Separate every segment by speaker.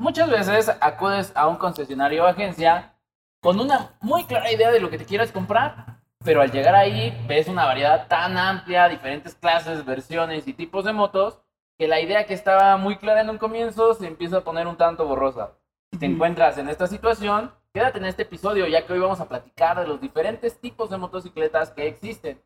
Speaker 1: Muchas veces acudes a un concesionario o agencia con una muy clara idea de lo que te quieres comprar, pero al llegar ahí ves una variedad tan amplia, diferentes clases, versiones y tipos de motos, que la idea que estaba muy clara en un comienzo se empieza a poner un tanto borrosa. Si te encuentras en esta situación, quédate en este episodio, ya que hoy vamos a platicar de los diferentes tipos de motocicletas que existen.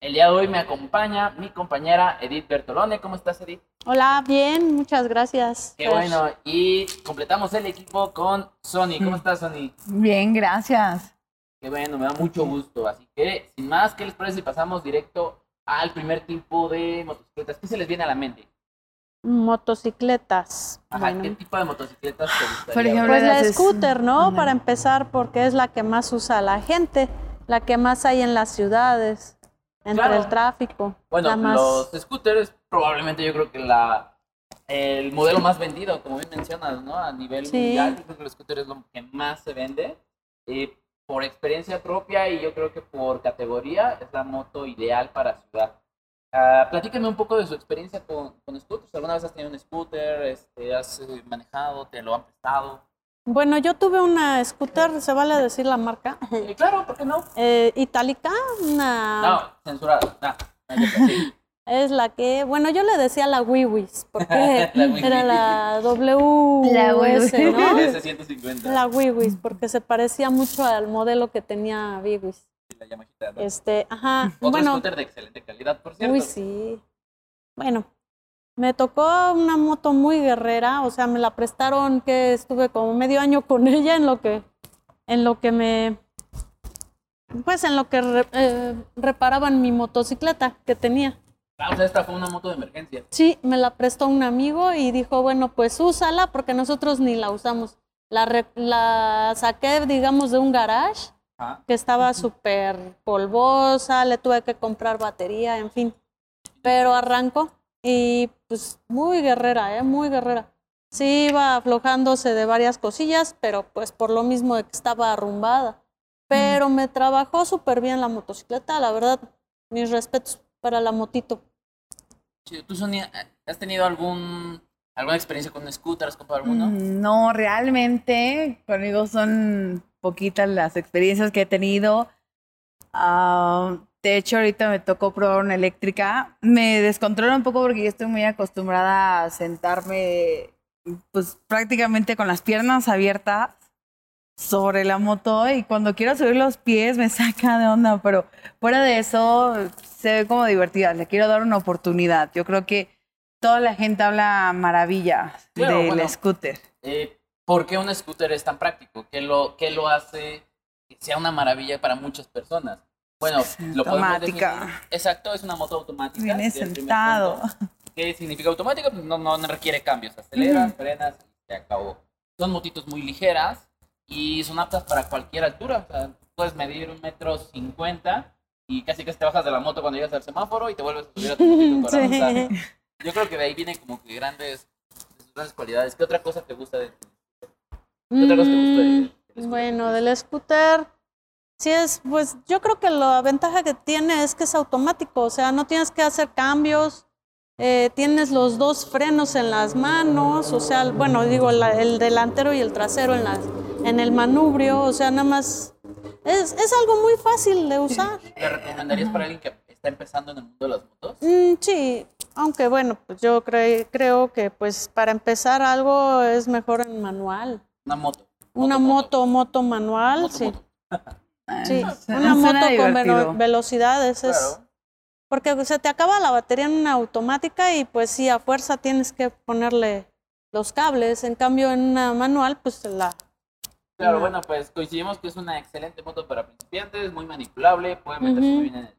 Speaker 1: El día de hoy me acompaña mi compañera Edith Bertolone. ¿Cómo estás, Edith?
Speaker 2: Hola, Ah, bien, muchas gracias.
Speaker 1: Qué
Speaker 2: Fer.
Speaker 1: bueno. Y completamos el equipo con Sony. ¿Cómo estás, Sony?
Speaker 3: Bien, gracias.
Speaker 1: Qué bueno, me da mucho gusto. Así que, sin más, ¿qué les parece si pasamos directo al primer tipo de motocicletas? ¿Qué se les viene a la mente?
Speaker 2: Motocicletas.
Speaker 1: Ajá,
Speaker 2: Bueno,
Speaker 1: ¿Qué tipo de motocicletas te gustaría?
Speaker 3: Por ejemplo,
Speaker 2: Pues la
Speaker 3: Las es-
Speaker 2: scooter, ¿no?
Speaker 3: Ándale.
Speaker 2: Para empezar, porque es la que más usa la gente, la que más hay en las ciudades, entre
Speaker 1: Claro.
Speaker 2: el tráfico.
Speaker 1: Bueno,
Speaker 2: la más...
Speaker 1: los scooters probablemente yo creo que la el modelo más vendido, como bien mencionas, ¿no? A nivel
Speaker 2: Sí.
Speaker 1: mundial, yo creo que el scooter es lo que más se vende. Y por experiencia propia y yo creo que por categoría es la moto ideal para ciudad. Ah, platícame un poco de su experiencia con, con scooters. ¿Alguna vez has tenido un scooter? Este, ¿Has eh, manejado? ¿Te lo han prestado?
Speaker 2: Bueno, yo tuve una scooter, se vale decir la marca,
Speaker 1: Eh, claro, ¿por qué no?
Speaker 2: eh, itálica, una...
Speaker 1: No, censurado. no, no es cierto, sí.
Speaker 2: Es la que, bueno, yo le decía la Wiwis, porque
Speaker 1: La Wiwis.
Speaker 2: era la W,
Speaker 3: La Wiwis.
Speaker 2: ¿no?
Speaker 1: S150,
Speaker 2: La Wiwis, porque se parecía mucho al modelo que tenía Wiwis.
Speaker 1: la Yamahita, ¿no?
Speaker 2: Este, ajá,
Speaker 1: Otro
Speaker 2: bueno,
Speaker 1: scooter de excelente calidad, por cierto.
Speaker 2: uy, sí. Bueno, me tocó una moto muy guerrera, o sea, me la prestaron que estuve como medio año con ella en lo que, en lo que me, pues en lo que re- eh, reparaban mi motocicleta que tenía.
Speaker 1: Ah, o sea, esta fue una moto de emergencia.
Speaker 2: Sí, me la prestó un amigo y dijo, bueno, pues úsala porque nosotros ni la usamos. La, re- la saqué, digamos, de un garage
Speaker 1: Ajá.
Speaker 2: que estaba súper polvosa, le tuve que comprar batería, en fin. Pero arrancó y pues muy guerrera, ¿eh? Muy guerrera. Sí, iba aflojándose de varias cosillas, pero pues por lo mismo de que estaba arrumbada. Pero me trabajó súper bien la motocicleta, la verdad, mis respetos para la motito.
Speaker 1: Chido. ¿Tú, Sonia, has tenido algún, alguna experiencia con un scooter? ¿Has comprado alguno?
Speaker 3: Mm, No, realmente conmigo son poquitas las experiencias que he tenido. Ah, de hecho, ahorita me tocó probar una eléctrica. Me descontrola un poco porque yo estoy muy acostumbrada a sentarme pues prácticamente con las piernas abiertas sobre la moto y cuando quiero subir los pies me saca de onda, pero fuera de eso se ve como divertida, le quiero dar una oportunidad. Yo creo que toda la gente habla maravilla
Speaker 1: Claro,
Speaker 3: del
Speaker 1: bueno.
Speaker 3: scooter.
Speaker 1: Eh, ¿Por qué un scooter es tan práctico? ¿Qué lo, qué lo hace que sea una maravilla para muchas personas? Bueno, lo podemos
Speaker 3: automática.
Speaker 1: definir- Exacto, es una moto automática. que
Speaker 3: Viene
Speaker 1: es el primer
Speaker 3: sentado.
Speaker 1: punto. ¿Qué significa automática? Pues no, no no requiere cambios. Aceleras, frenas y se acabó. Son motitos muy ligeras y son aptas para cualquier altura. O sea, puedes medir un metro cincuenta y casi que te bajas de la moto cuando llegas al semáforo y te vuelves a subir a tu motito para
Speaker 2: Sí.
Speaker 1: avanzar. Yo creo que de ahí vienen como que grandes, grandes cualidades. ¿Qué otra cosa te gusta de ¿Qué otra cosa te gusta del- del
Speaker 2: Mm,
Speaker 1: scooter?
Speaker 2: Bueno, del scooter, sí es, pues yo creo que la ventaja que tiene es que es automático, o sea, no tienes que hacer cambios, eh, tienes los dos frenos en las manos, o sea, bueno, digo, la- el delantero y el trasero en, las, en el manubrio, o sea, nada más, es, es algo muy fácil de usar.
Speaker 1: ¿Le recomendarías para alguien que está empezando en el mundo de las motos?
Speaker 2: Mm, sí, aunque bueno, pues yo cre- creo que pues para empezar algo es mejor en manual.
Speaker 1: Una moto.
Speaker 2: Una moto, moto manual,
Speaker 1: Moto,
Speaker 2: sí.
Speaker 1: moto.
Speaker 2: Sí,
Speaker 3: Ah, suena- suena
Speaker 2: una moto con
Speaker 3: divertido.
Speaker 2: velo- velocidades es
Speaker 1: Claro.
Speaker 2: porque se te acaba la batería en una automática y pues sí a fuerza tienes que ponerle los cables, en cambio en una manual pues la
Speaker 1: Claro,
Speaker 2: Una-
Speaker 1: bueno, pues coincidimos que es una excelente moto para principiantes, muy manipulable, puede meterse
Speaker 2: Ujú.
Speaker 1: muy bien en el,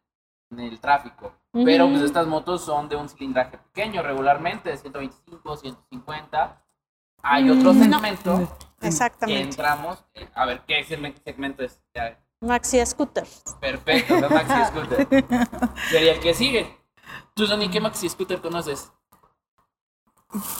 Speaker 1: en el tráfico. Pero pues
Speaker 2: Ujú.
Speaker 1: estas motos son de un cilindraje pequeño regularmente, de 125, 150. Hay
Speaker 2: Mm,
Speaker 1: otro
Speaker 2: no.
Speaker 1: segmento que
Speaker 2: exactamente
Speaker 1: entramos. eh, a ver, ¿qué segmento, segmento es? Ya,
Speaker 2: maxi scooter.
Speaker 1: Perfecto, la Maxi Scooter. Sería el que sigue. Tú, Sony, ¿qué Maxi Scooter conoces?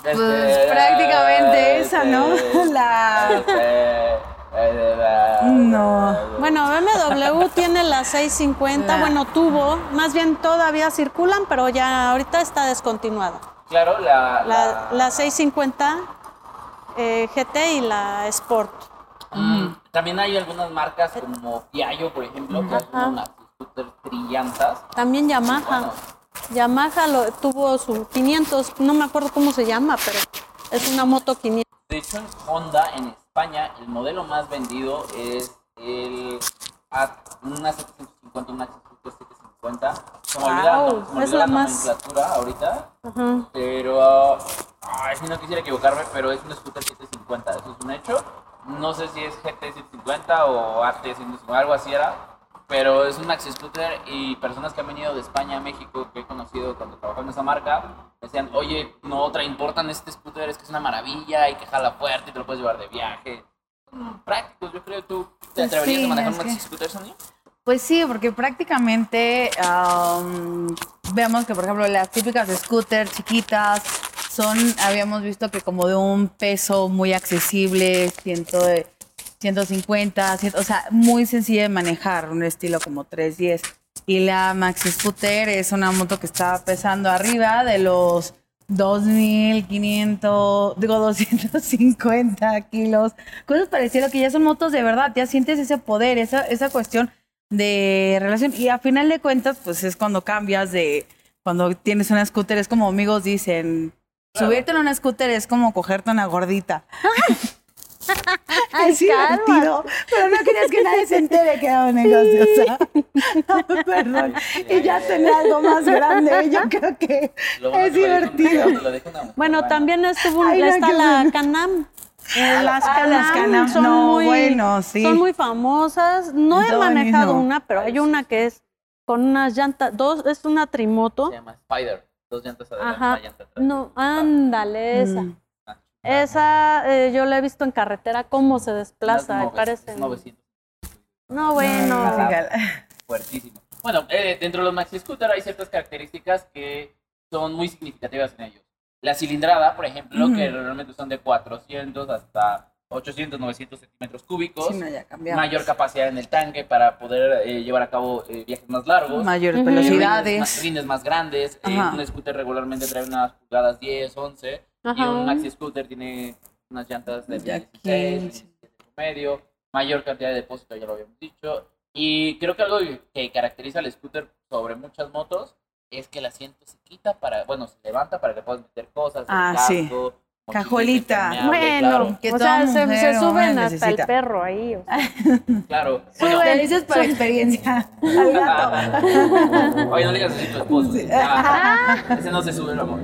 Speaker 1: Este,
Speaker 3: Pues prácticamente esa, ¿no? La...
Speaker 1: La...
Speaker 3: No.
Speaker 2: Bueno, BMW tiene la 650,
Speaker 3: La-
Speaker 2: bueno, tuvo, más bien todavía circulan, pero ya ahorita está descontinuada.
Speaker 1: Claro, la...
Speaker 2: La, la 650 eh, GT y la Sport.
Speaker 1: Mm, También hay algunas marcas como Piaggio, por ejemplo, que hacen
Speaker 2: Ajá.
Speaker 1: unas súper trillanzas.
Speaker 2: También Yamaha.
Speaker 1: Bueno,
Speaker 2: Yamaha lo- tuvo su 500, no me acuerdo cómo se llama, pero es una moto 500.
Speaker 1: de hecho, en Honda, en España, el modelo más vendido es el A- una 750, una 750. Se me olvida,
Speaker 2: Wow,
Speaker 1: no, se me
Speaker 2: es
Speaker 1: olvidó la,
Speaker 2: la más-
Speaker 1: nomenclatura ahorita,
Speaker 2: Ajá.
Speaker 1: pero... Ay, si no quisiera equivocarme, pero es una scooter 750, eso es un hecho. No sé si es GT750 o AT150, algo así era. Pero es un axi scooter y personas que han venido de España a México, que he conocido cuando trabajaba en esa marca, decían, oye, no, otra, importan este scooter, es que es una maravilla y que jala fuerte y te lo puedes llevar de viaje. Mm, Prácticos, yo creo que tú te
Speaker 3: Pues
Speaker 1: atreverías
Speaker 3: sí,
Speaker 1: a manejar
Speaker 3: es
Speaker 1: un
Speaker 3: que-
Speaker 1: axi scooter, Sonia?
Speaker 3: Pues sí, porque prácticamente am, vemos que, por ejemplo, las típicas scooters chiquitas son, habíamos visto que como de un peso muy accesible, ciento de- 150, cien- o sea, muy sencilla de manejar, un estilo como 310. Y la Maxi Scooter es una moto que está pesando arriba de los 2.500, digo 250 kilos. Cosas parecidas que ya son motos de verdad, ya sientes ese poder, esa, esa cuestión de relación. Y a final de cuentas, pues es cuando cambias de, cuando tienes una scooter, es como amigos dicen, subirte en una scooter es como cogerte una gordita. es divertido, pero no querías que nadie se entere que era un negocio, o sea. Perdón. Y ya tener algo más grande, yo creo que
Speaker 1: Lo bueno
Speaker 3: es
Speaker 1: que lo dejo-
Speaker 3: divertido.
Speaker 1: lo dejo una mujer,
Speaker 2: Bueno,
Speaker 1: vaya.
Speaker 2: también estuvo
Speaker 3: Ay, no,
Speaker 2: está
Speaker 3: qué
Speaker 2: la
Speaker 3: bueno.
Speaker 2: Canam. Eh, las
Speaker 3: Ah, las Can-Am.
Speaker 2: Canam son
Speaker 3: No,
Speaker 2: muy
Speaker 3: bueno, sí.
Speaker 2: son muy famosas. No he
Speaker 3: No, a mí
Speaker 2: manejado
Speaker 3: no.
Speaker 2: una, pero hay una que es con unas llantas, dos, es una trimoto.
Speaker 1: Se llama Spider, dos llantas adelante,
Speaker 2: Ajá.
Speaker 1: una llanta atrás.
Speaker 2: No, ándale, esa.
Speaker 3: Mm.
Speaker 2: Esa eh, yo la he visto en carretera cómo se
Speaker 1: Unas
Speaker 2: desplaza,
Speaker 1: nove-
Speaker 2: parece.
Speaker 1: unas 900.
Speaker 2: No, bueno.
Speaker 1: Ajá.
Speaker 3: Oiga,
Speaker 1: fuertísimo. Bueno, eh, dentro de los maxi scooter hay ciertas características que son muy significativas en ellos. La cilindrada, por ejemplo,
Speaker 3: Ujú.
Speaker 1: que realmente son de 400 hasta 800, 900 centímetros cúbicos.
Speaker 3: sí, no, ya cambiamos.
Speaker 1: mayor capacidad en el tanque para poder eh, llevar a cabo eh, viajes más largos.
Speaker 3: Mayores
Speaker 2: Ujú.
Speaker 1: eh, rines
Speaker 3: velocidades.
Speaker 1: más- Rines más grandes. eh,
Speaker 3: Ajá.
Speaker 1: un scooter regularmente trae unas pulgadas 10, 11. Y
Speaker 2: Ajá.
Speaker 1: un maxi scooter tiene unas llantas de
Speaker 3: Ya
Speaker 1: 16,
Speaker 3: quince.
Speaker 1: 17 medio, mayor cantidad de depósito, ya lo habíamos dicho. Y creo que algo que caracteriza al scooter sobre muchas motos es que el asiento se quita para, bueno, se levanta para que puedas meter cosas, el
Speaker 3: Ah, sí.
Speaker 1: casco, mochilita
Speaker 3: Cajolita.
Speaker 1: impermeable,
Speaker 2: Bueno,
Speaker 3: Que
Speaker 2: o
Speaker 3: toda
Speaker 2: sea, se,
Speaker 3: mujer
Speaker 2: se
Speaker 3: o
Speaker 2: suben
Speaker 3: hombre
Speaker 2: hasta el
Speaker 3: necesita.
Speaker 2: perro ahí. o sea.
Speaker 1: Claro, claro. Bueno,
Speaker 3: Te dices por experiencia. Al
Speaker 1: Ah.
Speaker 3: gato.
Speaker 1: Oye, no le digas así a tu esposo.
Speaker 3: Sí.
Speaker 1: Ah, ese no se sube, el amor.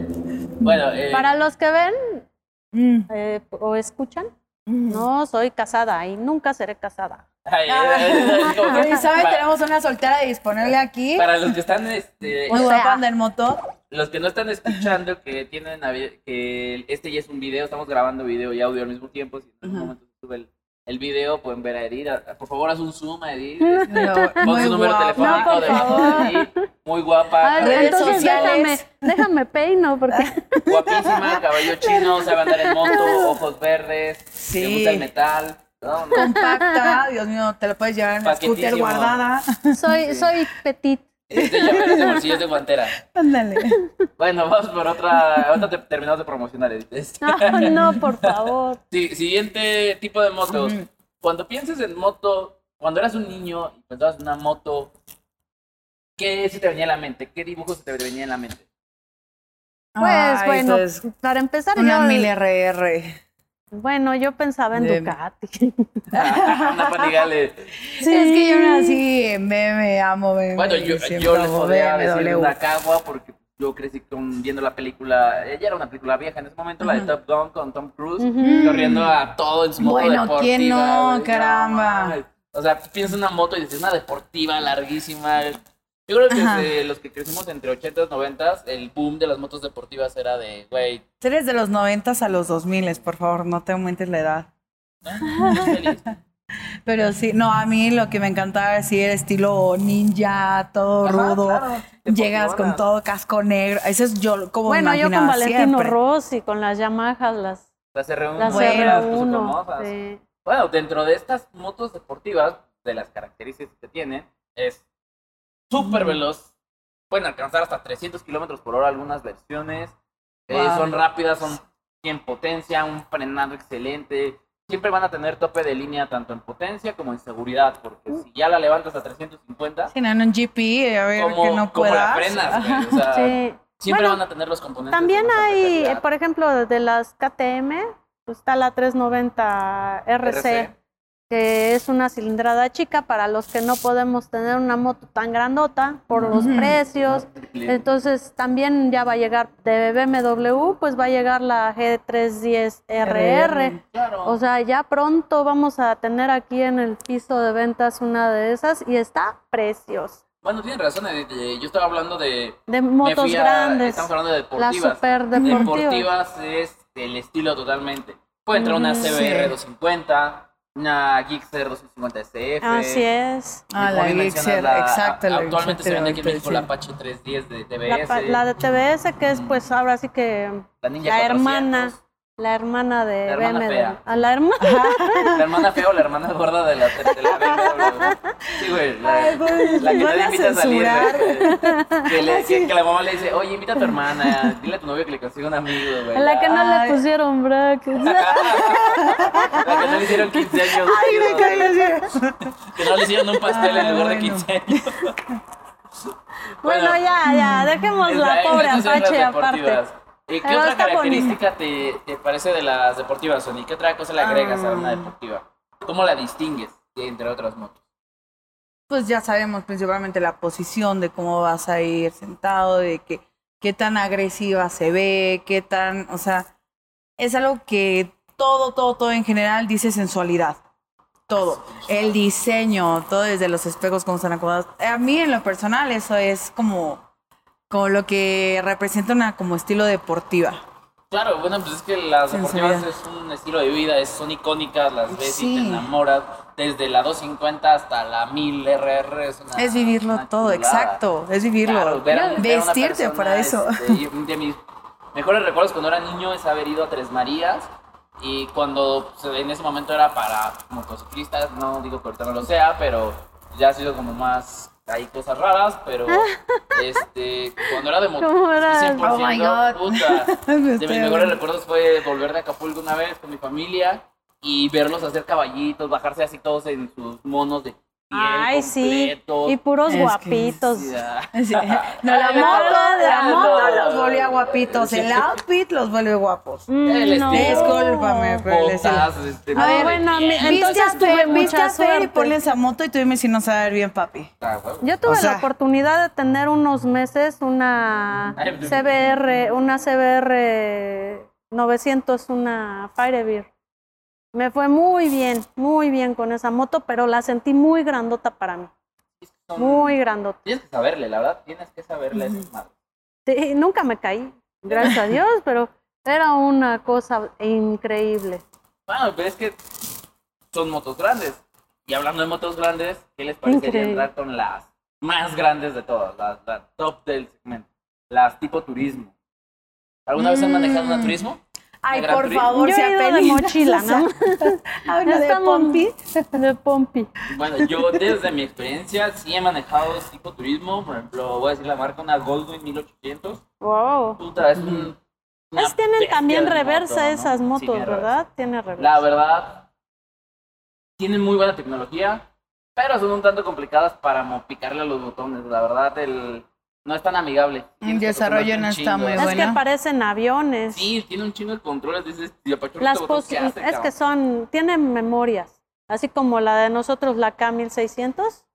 Speaker 1: Bueno, eh,
Speaker 2: Para los que ven
Speaker 3: Mm.
Speaker 2: eh, o escuchan,
Speaker 3: Mm.
Speaker 2: no soy casada y nunca seré casada.
Speaker 1: ay, eh, es como que-
Speaker 3: Oye, ¿sabes?
Speaker 1: pa-
Speaker 3: Tenemos una soltera disponible aquí.
Speaker 1: Para los que están, este,
Speaker 3: Un
Speaker 2: O
Speaker 3: guapo
Speaker 2: sea.
Speaker 3: anda en moto.
Speaker 1: los que no están escuchando, que tienen, avi- que el- este ya es un video, estamos grabando video y audio al mismo tiempo. Si en algún
Speaker 3: Ajá.
Speaker 1: momento se sube el, el video, pueden ver a Edith. A- Por favor, haz un zoom a Edith. Pon
Speaker 3: Muy
Speaker 1: su número
Speaker 3: guapo.
Speaker 1: telefónico
Speaker 2: No, por
Speaker 1: de
Speaker 2: favor.
Speaker 1: Edith. Muy guapa.
Speaker 2: Ay,
Speaker 3: Ah, redes
Speaker 2: entonces déjame,
Speaker 3: sociales.
Speaker 2: déjame peino porque
Speaker 1: Guapísima, cabello chino, sabe andar en moto, ojos verdes, le
Speaker 3: Sí.
Speaker 1: gusta el metal. No, no.
Speaker 3: Compacta, Dios mío, te la puedes llevar en la scooter
Speaker 1: Paquetísimo.
Speaker 3: guardada.
Speaker 2: soy, soy petit.
Speaker 1: Este ya parece bolsillos de guantera.
Speaker 3: Ándale.
Speaker 1: Bueno, vamos por otra. Ahorita te terminamos de promocionar, Edith. Este,
Speaker 2: Ah, no, por favor.
Speaker 1: sí, siguiente tipo de motos.
Speaker 3: Ujú.
Speaker 1: Cuando pienses en moto, cuando eras un niño y pensabas en una moto, ¿qué se te venía a la mente? ¿Qué dibujos se te venía en la mente?
Speaker 2: Pues
Speaker 3: Ay,
Speaker 2: bueno,
Speaker 3: pues,
Speaker 2: para empezar
Speaker 3: una
Speaker 2: yo,
Speaker 3: mil RR.
Speaker 2: bueno, yo pensaba en
Speaker 3: De-
Speaker 2: Ducati.
Speaker 1: Una panigale.
Speaker 3: Es que yo nací en BMW, amo BMW.
Speaker 1: Bueno, yo,
Speaker 3: siempre
Speaker 1: yo les
Speaker 3: amo
Speaker 1: podía decir
Speaker 3: BMW.
Speaker 1: una cagua porque yo crecí con- viendo la película. Ella era una película vieja en ese momento, la de Top Gun con Tom Cruise,
Speaker 2: Ujú.
Speaker 1: corriendo a todo en su moto
Speaker 3: Bueno,
Speaker 1: deportiva.
Speaker 3: ¿quién no?
Speaker 1: güey,
Speaker 3: Caramba.
Speaker 1: mames. o sea, piensa en una moto y dices, una deportiva larguísima. Yo creo que
Speaker 3: Ajá.
Speaker 1: desde los que crecimos entre 80s y 90s, el boom de las motos deportivas era de, güey,
Speaker 3: Tú eres de los 90 a los 2000, por favor, no te aumentes la edad.
Speaker 1: ¿no? Feliz.
Speaker 3: Pero sí, no, a mí lo que me encantaba sí era estilo ninja, todo
Speaker 1: Ajá,
Speaker 3: rudo.
Speaker 1: claro, te
Speaker 3: Llegas con
Speaker 1: emocionas.
Speaker 3: todo casco negro. Eso es yo como me
Speaker 2: Bueno, yo con
Speaker 3: imaginaba
Speaker 2: Valentino
Speaker 3: siempre.
Speaker 2: Rossi, con las Yamahas, las,
Speaker 1: Las R1,
Speaker 3: Bueno,
Speaker 2: las
Speaker 1: pues, súper famosas.
Speaker 2: R1. sí.
Speaker 1: Bueno, dentro de estas motos deportivas, de las características que tienen, es súper veloz. Pueden alcanzar hasta 300 kilómetros por hora algunas versiones. eh,
Speaker 3: Wow.
Speaker 1: son rápidas, son en potencia, un frenado excelente. Siempre van a tener tope de línea tanto en potencia como en seguridad, porque si ya la levantas a 350,
Speaker 3: Sí, no, en un GP, a ver que
Speaker 1: como,
Speaker 3: no
Speaker 1: como la
Speaker 3: puedas.
Speaker 1: frenas, güey, o sea,
Speaker 3: Ajá.
Speaker 2: Sí.
Speaker 1: siempre
Speaker 2: Bueno,
Speaker 1: van a tener los componentes.
Speaker 2: También
Speaker 1: de más alta
Speaker 2: hay, eh,
Speaker 1: calidad.
Speaker 2: por ejemplo, de las KTM, pues está la 390 RC,
Speaker 1: RC.
Speaker 2: que es una cilindrada chica para los que no podemos tener una moto tan grandota por los
Speaker 3: Ujú.
Speaker 2: precios.
Speaker 1: Triple.
Speaker 2: Entonces también ya va a llegar de BMW, pues va a llegar la G310RR.
Speaker 1: Claro.
Speaker 2: O sea, ya pronto vamos a tener aquí en el piso de ventas una de esas y está preciosa.
Speaker 1: bueno, tienes razón. eh, eh, yo estaba hablando de.
Speaker 2: De
Speaker 1: me
Speaker 2: motos
Speaker 1: fui a-
Speaker 2: grandes,
Speaker 1: Estamos hablando de
Speaker 2: las
Speaker 1: deportivas.
Speaker 2: super deportivas.
Speaker 1: deportivas es el estilo totalmente. Puede entrar una
Speaker 2: Ujú.
Speaker 1: CBR 250, una Gixxer 250 SF.
Speaker 2: Así es.
Speaker 3: Ah,
Speaker 1: como
Speaker 3: la
Speaker 1: bien
Speaker 3: Gixxer,
Speaker 1: mencionas, la-
Speaker 3: exacto. la
Speaker 1: Actualmente se
Speaker 3: Gixxer
Speaker 1: vende aquí en México la
Speaker 3: 98.
Speaker 1: Apache 310 de
Speaker 2: La,
Speaker 1: TBS.
Speaker 2: pa- la de TBS, que es pues ahora sí que
Speaker 1: la Ninja
Speaker 2: la hermana,
Speaker 1: 400,
Speaker 2: la hermana de
Speaker 1: La hermana
Speaker 2: BMW.
Speaker 1: fea.
Speaker 2: A la hermana.
Speaker 1: La hermana fea o la hermana gorda de la, de la BMW. Sí, güey. La,
Speaker 3: Ay, güey,
Speaker 1: la que
Speaker 3: van
Speaker 1: nadie
Speaker 3: a
Speaker 1: invita a salir.
Speaker 3: censurar.
Speaker 1: güey. Que, le- que- que la mamá le dice, oye, invita a tu hermana, dile a tu novio que le consiga un amigo, güey.
Speaker 2: A la que no
Speaker 3: Ay.
Speaker 2: le pusieron brackets.
Speaker 1: La que no le hicieron 15 años.
Speaker 3: Ay,
Speaker 1: güey.
Speaker 3: me caí así.
Speaker 1: Que no le hicieron un pastel en
Speaker 3: Ah,
Speaker 1: lugar de
Speaker 3: bueno.
Speaker 1: 15 años.
Speaker 2: bueno, ya, ya, dejemos la
Speaker 1: Esas
Speaker 2: pobre
Speaker 1: son las
Speaker 2: Apache
Speaker 1: deportivas.
Speaker 2: aparte.
Speaker 1: ¿Y qué
Speaker 2: Pero
Speaker 1: otra
Speaker 2: está bonita.
Speaker 1: característica te, te parece de las deportivas, Sony? ¿Qué otra cosa le agregas a una
Speaker 3: Ah.
Speaker 1: deportiva? ¿Cómo la distingues de entre otras motos?
Speaker 3: Pues ya sabemos principalmente la posición de cómo vas a ir sentado, de que, qué tan agresiva se ve, qué tan, o sea, es algo que todo, todo, todo en general dice sensualidad. Todo. El diseño, todo desde los espejos, cómo están acomodados. A mí en lo personal eso es como, como lo que representa una como estilo deportiva.
Speaker 1: Claro, bueno, pues es que las deportivas
Speaker 3: Sensualidad.
Speaker 1: es un estilo de vida, es- son icónicas, las ves y te
Speaker 3: Sí.
Speaker 1: enamoras. Desde la 250 hasta la 1000 RR es una.
Speaker 3: Es vivirlo
Speaker 1: una
Speaker 3: todo,
Speaker 1: Ah, chulada.
Speaker 3: exacto. Es vivirlo.
Speaker 1: Claro, ver a un- ver a una
Speaker 3: vestirte
Speaker 1: persona,
Speaker 3: para eso.
Speaker 1: este, y un de mis mejores recuerdos cuando era niño es haber ido a Tres Marías y cuando pues, en ese momento era para motociclistas, no digo que ahorita no lo sea, pero ya ha sido como más, hay cosas raras, pero este, cuando era de
Speaker 2: ¿Cómo era?
Speaker 1: motociclistas,
Speaker 3: Oh my God.
Speaker 1: puta,
Speaker 3: Me
Speaker 1: de
Speaker 3: estoy
Speaker 2: Este,
Speaker 1: mis mejores
Speaker 3: hablando.
Speaker 1: recuerdos fue volver de Acapulco una vez con mi familia y verlos hacer caballitos, bajarse así todos en sus monos de piel
Speaker 2: Ay, sí.
Speaker 1: completos.
Speaker 2: Y puros
Speaker 3: Es que
Speaker 2: guapitos.
Speaker 1: Sí, ah.
Speaker 3: Sí. No, la
Speaker 1: Ay, me
Speaker 3: moto,
Speaker 1: acabo de
Speaker 3: la
Speaker 1: dar.
Speaker 3: moto los volvía guapitos. El outfit los vuelve guapos.
Speaker 2: Mm,
Speaker 1: El
Speaker 2: no.
Speaker 1: estilo.
Speaker 3: Discúlpame, pero les digo.
Speaker 1: Botas, este,
Speaker 2: No,
Speaker 1: de
Speaker 2: bueno,
Speaker 1: piel.
Speaker 2: mi- Entonces
Speaker 3: Viste a
Speaker 2: tuve
Speaker 3: Fer-
Speaker 2: mucha
Speaker 3: viste a Fer y
Speaker 2: suerte.
Speaker 3: ponle esa moto y tú dime si no saber bien, papi.
Speaker 1: Ah, huevo.
Speaker 2: Yo tuve
Speaker 3: O sea-
Speaker 2: la oportunidad de tener unos meses una
Speaker 1: Ay, pues-
Speaker 2: CBR, una CBR 900, una Firebird. Me fue muy bien, muy bien con esa moto, pero la sentí muy grandota para mí,
Speaker 1: Son-
Speaker 2: muy grandota.
Speaker 1: Tienes que saberle, la verdad, tienes que saberle a esas madres.
Speaker 2: Sí, nunca me caí, gracias a Dios, pero era una cosa increíble.
Speaker 1: Bueno, pero es que son motos grandes. Y hablando de motos grandes, ¿qué les parecería
Speaker 2: Increíble.
Speaker 1: entrar con las más grandes de todas? Las, la top del segmento. Las tipo turismo. ¿Alguna vez han manejado una
Speaker 3: Mm.
Speaker 1: turismo?
Speaker 3: Ay,
Speaker 1: Gran
Speaker 3: por
Speaker 1: Prix.
Speaker 3: favor,
Speaker 2: Yo
Speaker 3: se
Speaker 2: he ido de
Speaker 3: apelina,
Speaker 2: mochila,
Speaker 3: o sea,
Speaker 2: ¿no?
Speaker 3: Habla de
Speaker 2: Estamos-
Speaker 3: Pompi.
Speaker 2: De Pompi.
Speaker 1: Bueno, yo desde mi experiencia sí he manejado tipo turismo. Por ejemplo, voy a decir la marca, una Goldwyn 1800.
Speaker 2: Wow.
Speaker 1: Puta, es un. una
Speaker 2: Esas Pues tienen
Speaker 1: bestia
Speaker 2: también
Speaker 1: de moto,
Speaker 2: reversa
Speaker 1: ¿no?
Speaker 2: esas
Speaker 1: Sí,
Speaker 2: motos,
Speaker 1: tiene reversa.
Speaker 2: ¿verdad? Tiene reversa.
Speaker 1: La verdad, tienen muy buena tecnología, pero son un tanto complicadas para mo- picarle a los botones. La verdad, el, no es tan amigable. Tienes
Speaker 3: El
Speaker 1: que
Speaker 3: Mm, desarrollo
Speaker 1: acostumbrarte
Speaker 3: no
Speaker 1: un
Speaker 3: está
Speaker 1: chingo.
Speaker 3: muy
Speaker 2: es que
Speaker 3: bueno.
Speaker 2: parecen aviones.
Speaker 1: Sí, tiene un chingo de controles. Dices, "Y apachurro
Speaker 2: Las
Speaker 1: este botón,
Speaker 2: pos-
Speaker 1: ¿qué hace,
Speaker 2: es que
Speaker 1: cabrón?".
Speaker 2: son, tienen memorias, así como la de nosotros, la K1600,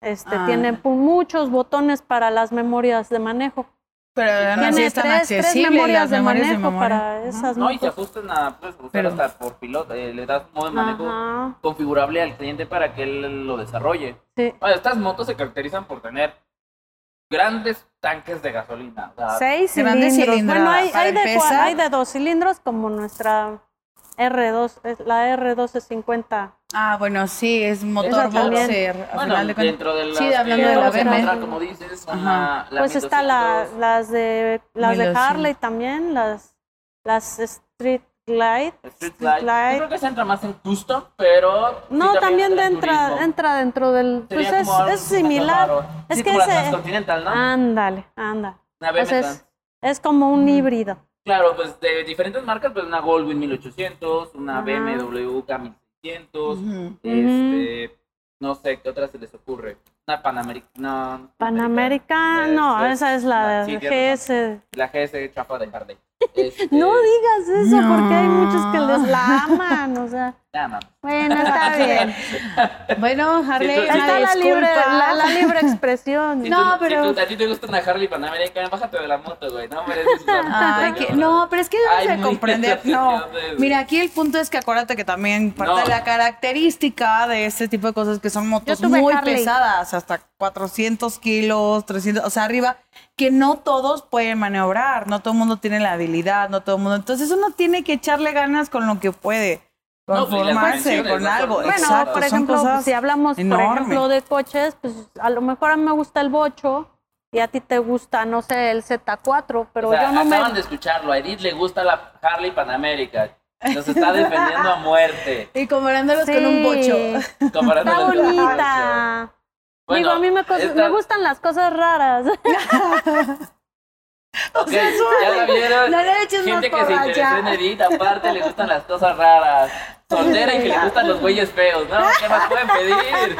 Speaker 2: este,
Speaker 3: Ah.
Speaker 2: tiene pu- muchos botones para las memorias de manejo.
Speaker 3: Pero aún así
Speaker 2: tiene
Speaker 3: están
Speaker 2: tres, tres
Speaker 3: accesibles
Speaker 2: memorias
Speaker 3: las
Speaker 2: de
Speaker 3: memorias
Speaker 2: manejo
Speaker 3: de memoria.
Speaker 2: para
Speaker 3: Ajá.
Speaker 2: esas
Speaker 1: No, y se
Speaker 2: motos.
Speaker 1: ajustan a. Puedes ajustar
Speaker 3: Pero-
Speaker 1: hasta por piloto. eh, le das modo de manejo
Speaker 2: Ajá,
Speaker 1: configurable al cliente para que él lo desarrolle.
Speaker 2: sí.
Speaker 1: Bueno, estas motos se caracterizan por tener grandes tanques de gasolina. o sea,
Speaker 2: Seis
Speaker 3: Grandes
Speaker 2: cilindros. Bueno, hay,
Speaker 3: cilindradas.
Speaker 2: hay
Speaker 3: Para
Speaker 2: de, cua-
Speaker 3: empezar-
Speaker 2: hay de dos cilindros como nuestra R2, es la R1250.
Speaker 3: Ah, bueno, sí, es
Speaker 1: Esa
Speaker 3: motor
Speaker 1: también.
Speaker 3: boxer. al
Speaker 1: Bueno,
Speaker 3: final de cuentas.
Speaker 1: dentro de las
Speaker 3: Sí,
Speaker 1: que
Speaker 3: hablando
Speaker 2: de la
Speaker 1: vamos a
Speaker 2: BM.
Speaker 1: encontrar, como dices, son la,
Speaker 3: Ajá.
Speaker 1: la
Speaker 2: pues está la,
Speaker 1: 1200,
Speaker 2: las de las de
Speaker 3: 1200.
Speaker 2: Harley también, las las Street Glide.
Speaker 1: Street Glide. Yo creo que se entra más en custom, pero... sí
Speaker 2: No, también
Speaker 1: entra en
Speaker 2: entra
Speaker 1: turismo.
Speaker 2: entra dentro del
Speaker 1: Sería
Speaker 2: pues es,
Speaker 1: como algo
Speaker 2: es
Speaker 1: más raro.
Speaker 2: similar. Es
Speaker 1: Sí,
Speaker 2: que
Speaker 1: como la
Speaker 2: ese
Speaker 1: Transcontinental, ¿no?
Speaker 2: ándale, ándale.
Speaker 1: Una
Speaker 2: O
Speaker 1: BM
Speaker 2: sea, es,
Speaker 1: trans.
Speaker 2: es como un híbrido.
Speaker 1: Claro, pues de diferentes marcas, pues una Goldwyn 1800, una
Speaker 2: Ajá.
Speaker 1: BMW K1600,
Speaker 3: Ujú.
Speaker 1: este, no sé, ¿qué otra se les ocurre? Una Panamericana.
Speaker 2: Panamericana, no,
Speaker 1: Eso es.
Speaker 2: esa es la
Speaker 1: pues, Sí,
Speaker 2: de
Speaker 1: tienes
Speaker 2: GS.
Speaker 1: La GS chapa de Harley. Este,
Speaker 2: No digas eso porque hay muchos que
Speaker 3: No.
Speaker 2: les la aman, o sea.
Speaker 1: nada más.
Speaker 2: Bueno, está bien.
Speaker 3: Bueno, Harley,
Speaker 1: Sí, tú-
Speaker 3: una
Speaker 2: Está la
Speaker 3: disculpa.
Speaker 2: libre, la, la libre expresión.
Speaker 1: Si
Speaker 3: No,
Speaker 1: tú- si
Speaker 3: pero-
Speaker 1: tú- a ti te gusta una Harley Panamericana, bájate de la moto, güey. No mereces eso.
Speaker 2: Ah,
Speaker 3: Ay, que- no, pero es que
Speaker 1: Ay,
Speaker 3: debes de
Speaker 1: muy
Speaker 3: comprender. No,
Speaker 1: interesante.
Speaker 3: mira, aquí el punto es que acuérdate que también parte
Speaker 1: No.
Speaker 3: de la característica de este tipo de cosas que son motos
Speaker 2: tuve
Speaker 3: muy
Speaker 2: Harley.
Speaker 3: pesadas, hasta 400 kilos, 300, o sea, arriba, que no todos pueden maniobrar, no todo el mundo tiene la habilidad, no todo el mundo. Entonces uno tiene que echarle ganas con lo que puede,
Speaker 1: No, pues, y las
Speaker 3: conformarse
Speaker 1: dimensiones,
Speaker 3: con
Speaker 1: ¿no?
Speaker 3: algo.
Speaker 1: Son-
Speaker 2: Bueno,
Speaker 3: Exacto,
Speaker 2: por
Speaker 3: son
Speaker 2: ejemplo,
Speaker 3: cosas-
Speaker 2: si hablamos, por
Speaker 3: enormes.
Speaker 2: ejemplo, de coches, pues a lo mejor a mí me gusta el bocho y a ti te gusta, no sé, el Z4, pero
Speaker 1: O sea,
Speaker 2: yo no me...
Speaker 1: acaban de escucharlo. A Edith le gusta la Harley Panamérica. Nos está defendiendo a muerte.
Speaker 3: Y comparándolos con un bocho.
Speaker 2: Sí,
Speaker 1: comparándola
Speaker 2: Está
Speaker 1: con el bocho.
Speaker 2: bonita.
Speaker 1: Bueno,
Speaker 2: Digo, a mí me, cos-
Speaker 1: esta-
Speaker 2: me gustan las cosas raras.
Speaker 1: Ok, ya la vieron.
Speaker 3: La derecha es
Speaker 1: Gente que
Speaker 3: más
Speaker 1: se interesó
Speaker 3: borracha.
Speaker 1: en Edith, aparte le gustan las cosas raras. Soltera y que le gustan los güeyes feos, ¿no? ¿Qué más pueden pedir?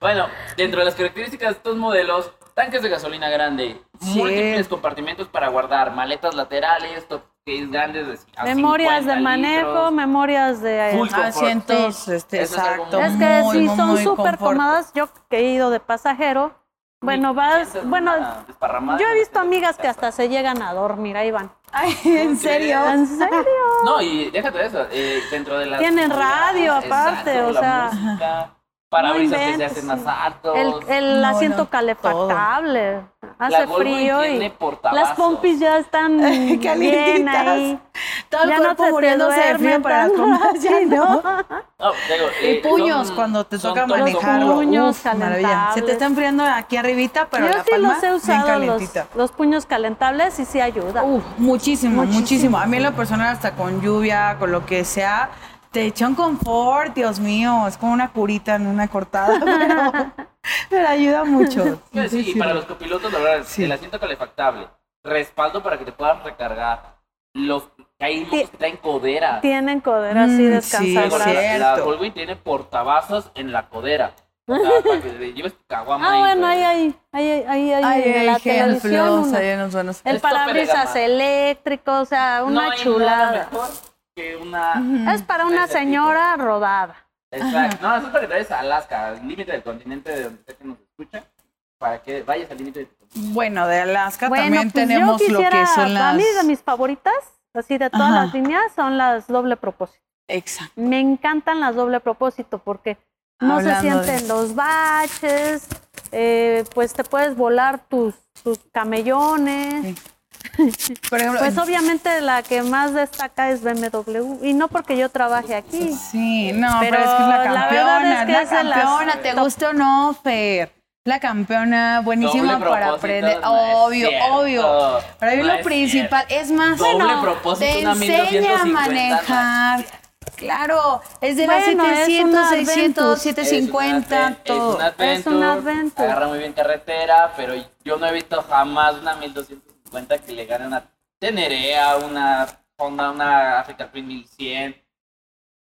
Speaker 1: Bueno, dentro de las características de estos modelos, tanques de gasolina grande,
Speaker 3: Sí.
Speaker 1: múltiples compartimentos para guardar, maletas laterales, top case grandes de a
Speaker 2: memorias de
Speaker 1: 50
Speaker 2: manejo,
Speaker 1: litros.
Speaker 2: memorias de...
Speaker 1: Full
Speaker 3: Ah,
Speaker 1: confort.
Speaker 3: Asientos,
Speaker 2: Sí.
Speaker 3: este,
Speaker 1: Eso es algo
Speaker 3: exacto.
Speaker 2: es que
Speaker 3: muy,
Speaker 2: sí,
Speaker 3: muy,
Speaker 2: son
Speaker 3: muy
Speaker 2: súper
Speaker 3: confort.
Speaker 2: cómodas. Yo que he ido de pasajero, bueno, vas,
Speaker 1: Sientas
Speaker 2: bueno,
Speaker 1: una desparramada
Speaker 2: yo he
Speaker 1: en
Speaker 2: visto
Speaker 1: la
Speaker 2: amigas que
Speaker 1: casa.
Speaker 2: hasta se llegan a dormir, ahí van.
Speaker 3: Ay, ¿en serio?
Speaker 2: ¿En serio?
Speaker 1: No, y déjate eso, eh, dentro de las...
Speaker 2: Tienen radio
Speaker 1: Exacto,
Speaker 2: aparte, o
Speaker 1: la
Speaker 2: sea.
Speaker 1: música, Parabrisas que se
Speaker 2: inventes,
Speaker 1: hacen
Speaker 2: sí.
Speaker 1: más altos.
Speaker 2: El, el
Speaker 3: No,
Speaker 2: asiento
Speaker 3: no,
Speaker 2: calefactable. Hace
Speaker 1: La Goldwing
Speaker 2: frío
Speaker 1: tiene
Speaker 2: y
Speaker 1: portavasos.
Speaker 2: las pompis ya están bien
Speaker 3: Calientitas.
Speaker 2: ahí.
Speaker 3: Todo el
Speaker 2: Ya no
Speaker 3: cuerpo
Speaker 2: se te
Speaker 3: muriéndose de
Speaker 2: duerme
Speaker 3: frío para las
Speaker 2: tanto.
Speaker 3: plumas, ya no.
Speaker 1: No, digo,
Speaker 3: Y
Speaker 1: eh,
Speaker 3: puños
Speaker 1: son-
Speaker 3: cuando te
Speaker 1: son
Speaker 3: toca
Speaker 1: tonos
Speaker 3: manejar.
Speaker 1: oscuros.
Speaker 2: puños
Speaker 3: maravilla. Se te
Speaker 2: calentables.
Speaker 3: está enfriando aquí arribita, pero
Speaker 2: Yo
Speaker 3: la
Speaker 2: sí
Speaker 3: palma
Speaker 2: los he
Speaker 3: bien
Speaker 2: usado los,
Speaker 3: calientita. Uh,
Speaker 2: los puños calentables y sí ayuda.
Speaker 3: Uf, muchísimo, muchísimo, A mí en lo personal, hasta con lluvia, con lo que sea, te echa un confort, Dios mío. Es como una curita en una cortada, pero, pero ayuda mucho.
Speaker 1: Sí, Pues sí, y para los copilotos, la verdad,
Speaker 3: Sí.
Speaker 1: el asiento calefactable, respaldo para que te puedan recargar, los hay
Speaker 2: Ti-
Speaker 1: unos que traen codera.
Speaker 2: Tienen codera así
Speaker 3: Mm,
Speaker 1: Digo,
Speaker 3: sí,
Speaker 1: la-
Speaker 2: descansadoras.
Speaker 3: sí.
Speaker 1: la,
Speaker 3: cierto.
Speaker 1: Goldwing tiene portabazos en la codera. O sea, para que le lleves tu caguama
Speaker 2: Ah,
Speaker 1: ahí,
Speaker 2: bueno,
Speaker 1: güey.
Speaker 2: ahí, ahí, ahí, ahí, ahí,
Speaker 3: Ay,
Speaker 2: en la
Speaker 3: hay
Speaker 2: televisión.
Speaker 3: ejemplos,
Speaker 2: uno.
Speaker 3: hay unos buenos.
Speaker 2: El
Speaker 1: Es tope de
Speaker 2: parabrisas
Speaker 1: gama.
Speaker 2: eléctrico, o sea, una
Speaker 1: no hay Nada
Speaker 2: chulada.
Speaker 1: mejor que una.
Speaker 2: Es para una
Speaker 1: Ese tipo.
Speaker 2: señora rodada.
Speaker 1: Exacto. No, eso es lo que traes a Alaska, al límite del continente de donde sea que nos escucha, para que vayas al límite de tu continente.
Speaker 3: Bueno, de Alaska
Speaker 2: bueno,
Speaker 3: también
Speaker 2: pues
Speaker 3: tenemos
Speaker 2: yo
Speaker 3: lo
Speaker 2: quisiera,
Speaker 3: que son las.
Speaker 2: a mí de mis favoritas, así de todas
Speaker 3: Ajá.
Speaker 2: las líneas, son las doble propósito.
Speaker 3: Exacto.
Speaker 2: Me encantan las doble propósito porque no se
Speaker 3: Hablando de-
Speaker 2: sienten los baches, eh, pues te puedes volar tus, tus camellones.
Speaker 3: Por ejemplo,
Speaker 2: Pues obviamente la que más destaca es BMW y no porque yo trabaje aquí.
Speaker 3: Sí, no, pero,
Speaker 2: Pero
Speaker 3: es que es la
Speaker 2: la
Speaker 3: campeona,
Speaker 2: verdad es
Speaker 3: es
Speaker 2: que
Speaker 3: la
Speaker 2: es de las
Speaker 3: campeona, te
Speaker 2: top.
Speaker 3: gusta o no, Fer. La campeona, buenísima
Speaker 1: Doble
Speaker 3: para
Speaker 1: propósito,
Speaker 3: aprender,
Speaker 1: no es
Speaker 3: obvio,
Speaker 1: cierto,
Speaker 3: obvio. Para mí
Speaker 1: no
Speaker 3: lo
Speaker 1: es
Speaker 3: principal, es más,
Speaker 1: Doble
Speaker 3: bueno,
Speaker 1: propósito,
Speaker 3: te
Speaker 1: una
Speaker 3: enseña
Speaker 1: 1250,
Speaker 3: a
Speaker 1: no
Speaker 3: manejar.
Speaker 1: es
Speaker 3: Claro, es de las
Speaker 2: Bueno, es
Speaker 3: 700,
Speaker 2: una
Speaker 3: 600,
Speaker 2: Adventus.
Speaker 1: Es un
Speaker 3: 750,
Speaker 1: adven-
Speaker 3: todo.
Speaker 1: Es
Speaker 2: Es
Speaker 1: un
Speaker 2: un
Speaker 1: advento.
Speaker 2: Adventure.
Speaker 1: Agarra muy bien carretera, pero yo no he visto jamás una 1250 que le gane una Tenerea, una Honda, una Africa Twin 1100.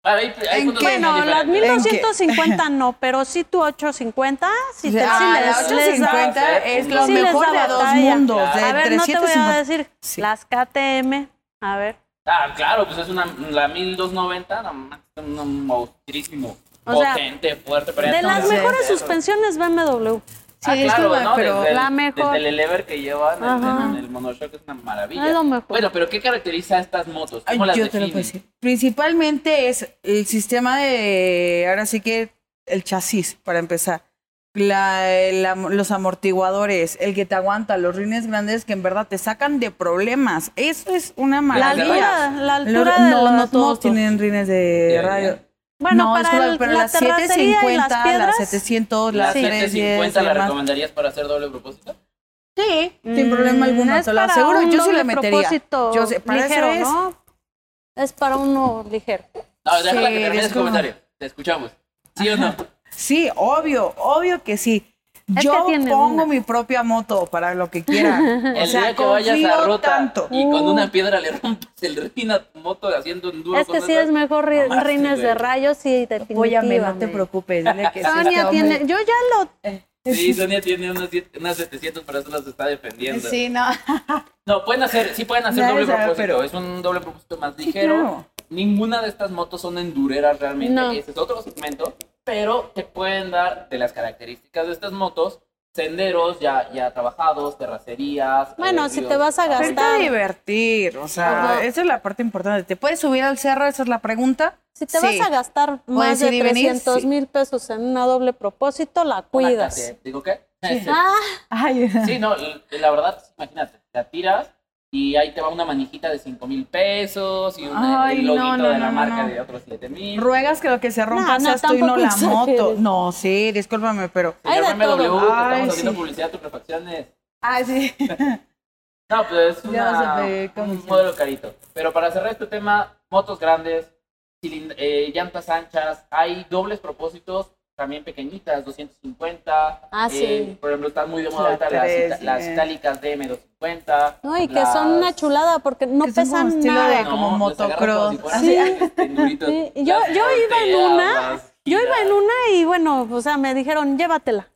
Speaker 1: Bueno, hay, hay
Speaker 3: ¿En
Speaker 1: puntos
Speaker 3: qué?
Speaker 1: de vista
Speaker 2: Bueno, las
Speaker 1: diferentes.
Speaker 3: mil-
Speaker 2: 1250 no, pero sí tu 850, sí, te,
Speaker 3: Ah,
Speaker 2: sí
Speaker 3: la
Speaker 2: les, les da-
Speaker 3: 850 es lo
Speaker 2: sí les
Speaker 3: mejor
Speaker 2: da
Speaker 3: de dos
Speaker 2: batalla.
Speaker 3: mundos, de
Speaker 2: A ver, no te voy a
Speaker 3: 350.
Speaker 2: decir
Speaker 3: Sí.
Speaker 2: las KTM, a ver.
Speaker 1: Ah, claro, pues es una la 1290, no más, es un monstruísimo.
Speaker 2: O sea,
Speaker 1: potente, fuerte, pero ya
Speaker 2: De
Speaker 1: no
Speaker 2: las
Speaker 1: sé.
Speaker 2: mejores
Speaker 1: Eso.
Speaker 2: suspensiones BMW.
Speaker 3: Sí,
Speaker 1: Ah,
Speaker 3: es
Speaker 1: claro,
Speaker 3: como,
Speaker 1: ¿no?
Speaker 3: pero
Speaker 1: desde el,
Speaker 2: la mejor.
Speaker 1: Desde el lever que llevan en-
Speaker 2: Ajá.
Speaker 1: en el monoshock es una maravilla.
Speaker 2: Es lo mejor.
Speaker 1: Bueno, pero ¿qué caracteriza a estas motos?
Speaker 3: Ay,
Speaker 1: ¿Cómo las
Speaker 3: yo te lo
Speaker 1: definen?
Speaker 3: puedo decir. Principalmente es el sistema de, ahora sí que el chasis, para empezar. La- el am- los amortiguadores, el que te aguanta, los rines grandes que en verdad te sacan de problemas. Eso es una
Speaker 2: La
Speaker 1: de
Speaker 3: maravilla.
Speaker 2: altura,
Speaker 1: rayas.
Speaker 2: la
Speaker 3: Los-
Speaker 2: altura de
Speaker 3: no,
Speaker 2: las
Speaker 3: no todos
Speaker 2: motos.
Speaker 3: tienen rines de
Speaker 1: Ya, ya.
Speaker 3: radio.
Speaker 2: Bueno,
Speaker 3: No, es
Speaker 2: para
Speaker 3: correcto,
Speaker 2: el-
Speaker 3: pero
Speaker 2: la
Speaker 3: las
Speaker 2: terracería y
Speaker 3: 750,
Speaker 2: las piedras.
Speaker 3: las 700,
Speaker 1: ¿La
Speaker 3: las 310
Speaker 1: 750
Speaker 3: y
Speaker 1: la
Speaker 3: demás.
Speaker 1: recomendarías para hacer doble propósito?
Speaker 3: Sí, sin problema
Speaker 2: Mm,
Speaker 3: alguno,
Speaker 2: es
Speaker 3: te lo
Speaker 2: para
Speaker 3: aseguro.
Speaker 2: un
Speaker 3: Yo sí le
Speaker 2: doble
Speaker 3: metería.
Speaker 2: propósito
Speaker 3: Yo sé, para
Speaker 2: ligero,
Speaker 3: eso es.
Speaker 2: ¿no? Es para uno ligero.
Speaker 1: No, déjala
Speaker 3: Sí,
Speaker 1: que termine
Speaker 3: es
Speaker 1: su
Speaker 3: como-
Speaker 1: comentario. Te escuchamos. ¿Sí o no?
Speaker 3: Sí, obvio, obvio que sí.
Speaker 2: Es
Speaker 3: Yo
Speaker 2: que tiene
Speaker 3: pongo
Speaker 2: una.
Speaker 3: mi propia moto para lo que quiera.
Speaker 1: El
Speaker 3: o sea,
Speaker 1: día que vayas a
Speaker 3: confío
Speaker 1: ruta
Speaker 3: tanto.
Speaker 1: y con
Speaker 2: Uh.
Speaker 1: una piedra le rompes el retina a tu moto haciendo un duro
Speaker 2: Es
Speaker 1: con
Speaker 2: que sí
Speaker 1: esas-
Speaker 2: es mejor ri-
Speaker 1: Mamá, Ah, sí,
Speaker 2: rines de
Speaker 1: güey.
Speaker 2: rayos y definitivamente.
Speaker 3: Apóyame, no te preocupes. Dile que sí,
Speaker 2: Sonia
Speaker 3: este
Speaker 2: tiene,
Speaker 3: hombre-
Speaker 2: yo ya lo
Speaker 1: Sí, Sonia tiene unas, siete- unas 700, pero eso las está defendiendo.
Speaker 3: Sí, no.
Speaker 1: No, pueden hacer, sí pueden hacer
Speaker 3: Nadie
Speaker 1: doble
Speaker 3: sabe,
Speaker 1: propósito.
Speaker 3: pero-
Speaker 1: Es un doble propósito más
Speaker 3: Sí,
Speaker 1: ligero.
Speaker 3: claro.
Speaker 1: Ninguna de estas motos son endureras realmente.
Speaker 2: No.
Speaker 1: Ese es otro segmento. Pero te pueden dar de las características de estas motos senderos ya, ya trabajados, terracerías.
Speaker 2: Bueno,
Speaker 1: eh,
Speaker 2: si
Speaker 1: ríos,
Speaker 2: te vas a
Speaker 1: ah,
Speaker 3: Pero
Speaker 2: gastar-
Speaker 3: hay que divertir, o sea,
Speaker 2: Ajá.
Speaker 3: esa es la parte importante. ¿Te puedes subir al cerro? Esa es la pregunta.
Speaker 2: Si te
Speaker 3: Sí.
Speaker 2: vas a gastar más de
Speaker 3: ir y venir,
Speaker 2: 300
Speaker 3: sí.
Speaker 2: mil pesos en una doble propósito, la cuidas.
Speaker 1: Aguántate. ¿Digo qué? Sí.
Speaker 2: Ah,
Speaker 3: Ay,
Speaker 1: Sí, no, l- la verdad, pues, imagínate, la tiras y ahí te va una manijita de 5 mil pesos y una,
Speaker 3: Ay,
Speaker 1: el
Speaker 3: no,
Speaker 1: loguito
Speaker 3: no,
Speaker 1: de la
Speaker 3: no,
Speaker 1: marca
Speaker 3: no.
Speaker 1: de otros 7 mil.
Speaker 3: ruegas que lo que se rompa
Speaker 2: No, no,
Speaker 3: seas tú y no
Speaker 2: tampoco
Speaker 3: la
Speaker 2: exageres.
Speaker 3: moto. No, sí, discúlpame, pero.
Speaker 2: Hay de
Speaker 1: Señor BMW,
Speaker 2: todo.
Speaker 1: te
Speaker 3: Ay,
Speaker 1: estamos haciendo
Speaker 3: sí.
Speaker 1: publicidad de tus refacciones.
Speaker 3: Ah, sí.
Speaker 1: No, pues es
Speaker 3: Ya
Speaker 1: una-
Speaker 3: vas a pedir
Speaker 1: un
Speaker 3: comisión.
Speaker 1: modelo carito. Pero para cerrar este tema, motos grandes, cilind- eh, llantas anchas, hay dobles propósitos también pequeñitas, 250.
Speaker 2: Ah,
Speaker 1: eh,
Speaker 2: sí.
Speaker 1: por ejemplo, están muy de moda
Speaker 3: La
Speaker 1: ahorita las,
Speaker 3: tres,
Speaker 1: ita- las
Speaker 3: eh.
Speaker 1: itálicas DM250.
Speaker 2: no, y que
Speaker 1: las-
Speaker 2: son una chulada porque no
Speaker 3: Que son como
Speaker 2: pesan
Speaker 3: estilo de-
Speaker 2: nada.
Speaker 3: como
Speaker 1: les agarra como si
Speaker 3: motocross.
Speaker 1: fueran tenduritos.
Speaker 2: Sí, yo-
Speaker 1: Las
Speaker 2: yo iba en
Speaker 1: volteas,
Speaker 2: una,
Speaker 1: las
Speaker 2: Yo iba en
Speaker 1: giras.
Speaker 2: una y bueno, o sea, me dijeron, llévatela.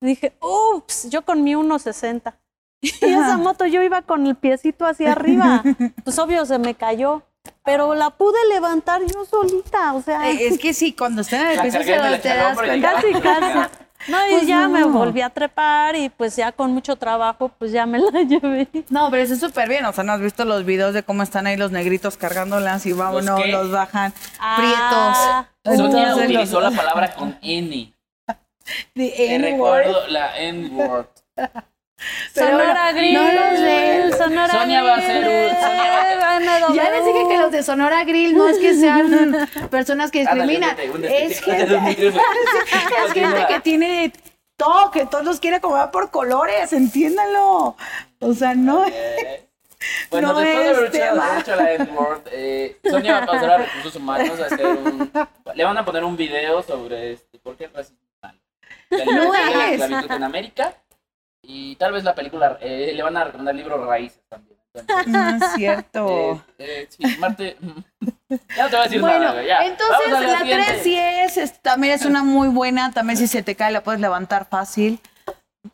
Speaker 2: Y dije, ups, yo con mi 1.60. Y esa moto yo iba con el piecito hacia arriba. Pues obvio se me cayó. Pero la pude levantar yo solita, o sea,
Speaker 3: Eh, Es que sí, cuando están en el
Speaker 2: pues,
Speaker 1: La
Speaker 3: piso
Speaker 1: cargué
Speaker 3: se
Speaker 1: en el
Speaker 3: las te das
Speaker 1: escalón, pero
Speaker 3: cuenta.
Speaker 2: casi, casi. No, y
Speaker 3: Pues
Speaker 2: ya me
Speaker 3: no.
Speaker 2: volví a trepar y pues ya con mucho trabajo, pues ya me la llevé.
Speaker 3: No, pero eso es súper bien. O sea, ¿no has visto los videos de cómo están ahí los negritos cargándolas y vámonos,
Speaker 1: qué?
Speaker 3: los, bajan
Speaker 2: Ah.
Speaker 3: prietos?
Speaker 1: Sonia
Speaker 3: Entonces, los-
Speaker 1: utilizó la palabra con N.
Speaker 3: the eh,
Speaker 1: Te
Speaker 3: N-word.
Speaker 1: recuerdo la N-word.
Speaker 3: Pero
Speaker 2: Sonora
Speaker 3: bueno, no
Speaker 2: Grill,
Speaker 3: los ven.
Speaker 2: Sonora
Speaker 1: Sonia va a ser un- Sonia
Speaker 2: un...
Speaker 4: Ya les dije que los de Sonora Grill no es que sean personas que discriminan.
Speaker 1: Ándale, únete,
Speaker 4: Es
Speaker 1: únete,
Speaker 4: gente,
Speaker 1: únete, únete.
Speaker 4: es gente
Speaker 1: Continúa.
Speaker 4: que
Speaker 3: tiene todo, que todos los quiere cobrar por colores, entiéndanlo. O sea, no.
Speaker 1: Eh, Bueno,
Speaker 3: No
Speaker 1: después de haber
Speaker 3: es
Speaker 1: hecho-
Speaker 3: tema.
Speaker 1: haber hecho la N-word, eh, Sonia va a pasar a recursos humanos a hacer un. Le van a poner un video sobre este, por qué el racismo es malo. La liberación de la
Speaker 4: es.
Speaker 1: esclavitud en América. Y tal vez la película. eh, le van a recomendar libros raíces también. Entonces,
Speaker 3: No es cierto.
Speaker 1: eh, eh, sí, Marte. Ya no te voy a decir nada,
Speaker 4: Bueno,
Speaker 1: güey, ya.
Speaker 4: entonces
Speaker 1: Vamos a
Speaker 3: La
Speaker 1: siguiente.
Speaker 3: 3 sí es, es- también es una muy buena, también si se te cae la puedes levantar fácil.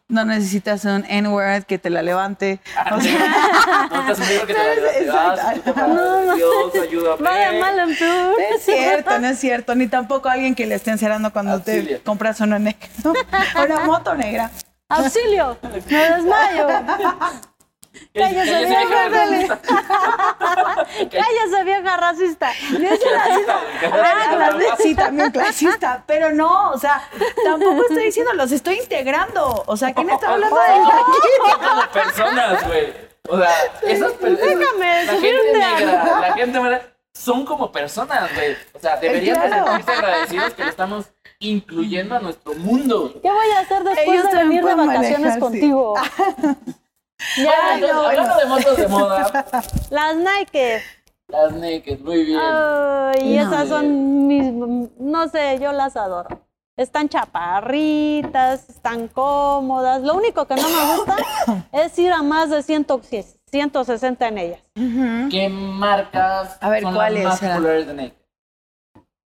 Speaker 3: No necesitas un N-word que te la levante. O sea,
Speaker 1: No estás seguro que te la llevas,
Speaker 3: Exacto.
Speaker 1: puta madre, Dios, ayúdame.
Speaker 2: Va de mal en peor.
Speaker 1: Eh,
Speaker 3: no es cierto, no es cierto. Ni tampoco alguien que le esté encerrando cuando
Speaker 1: Auxilio.
Speaker 3: te compras una negra. Una moto negra.
Speaker 2: ¡Auxilio! ¡Me desmayo! Cállese,
Speaker 1: Cállese,
Speaker 2: vieja,
Speaker 1: vieja
Speaker 2: ándale.
Speaker 1: racista.
Speaker 2: ¡Cállese, vieja racista!
Speaker 3: Ah, claro, sí, también clasista, pero no, o sea, tampoco estoy diciendo, los estoy integrando. O sea, ¿quién está hablando de
Speaker 1: Las personas, güey. O sea, esas personas.
Speaker 2: Déjame
Speaker 1: La gente
Speaker 2: subirte
Speaker 1: negra, la gente negra, son como personas, güey. O sea, deberían de
Speaker 3: Claro.
Speaker 1: sentirse agradecidos que lo estamos incluyendo a nuestro mundo.
Speaker 2: ¿Qué voy a hacer después
Speaker 3: Ellos
Speaker 2: de
Speaker 3: también
Speaker 2: venir de
Speaker 3: pueden
Speaker 2: vacaciones
Speaker 3: manejar, sí.
Speaker 2: contigo?
Speaker 1: Ah,
Speaker 2: ya,
Speaker 1: entonces, hablando de motos de moda,
Speaker 2: las Nike.
Speaker 1: las naked, muy bien.
Speaker 3: Ah,
Speaker 2: Ay,
Speaker 3: No.
Speaker 2: esas son mis. No sé, yo las adoro. Están chaparritas, están cómodas. Lo único que no me gusta es ir a más de 100 160 en ellas.
Speaker 1: ¿Qué marcas
Speaker 3: A ver,
Speaker 1: son
Speaker 3: ¿cuáles Este,
Speaker 1: las más
Speaker 3: serán?
Speaker 1: populares de naked?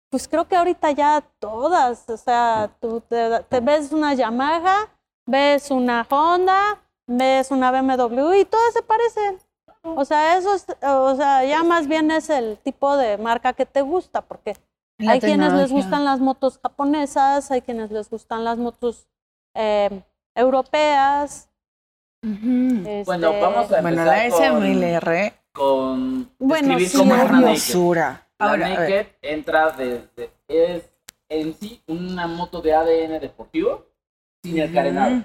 Speaker 2: Pues creo que ahorita ya todas, o sea, tú te, te ves una Yamaha, ves una Honda, ves una BMW y todas se parecen. O sea, eso es, o sea, ya más bien es el tipo de marca que te gusta, porque
Speaker 3: La
Speaker 2: hay quienes les
Speaker 3: tecnología.
Speaker 2: gustan las motos japonesas, hay quienes les gustan las motos eh, europeas.
Speaker 1: Bueno,
Speaker 2: este,
Speaker 1: vamos a empezar
Speaker 3: Bueno, la
Speaker 1: con-
Speaker 3: SMLR,
Speaker 1: con
Speaker 2: Bueno,
Speaker 1: describir
Speaker 2: sí,
Speaker 1: cómo es
Speaker 3: qué
Speaker 1: una naked.
Speaker 3: hermosura.
Speaker 1: La
Speaker 3: Ahora, a ver.
Speaker 1: naked entra desde es en sí una moto de ADN deportivo sin el
Speaker 3: Ujú.
Speaker 1: carenado,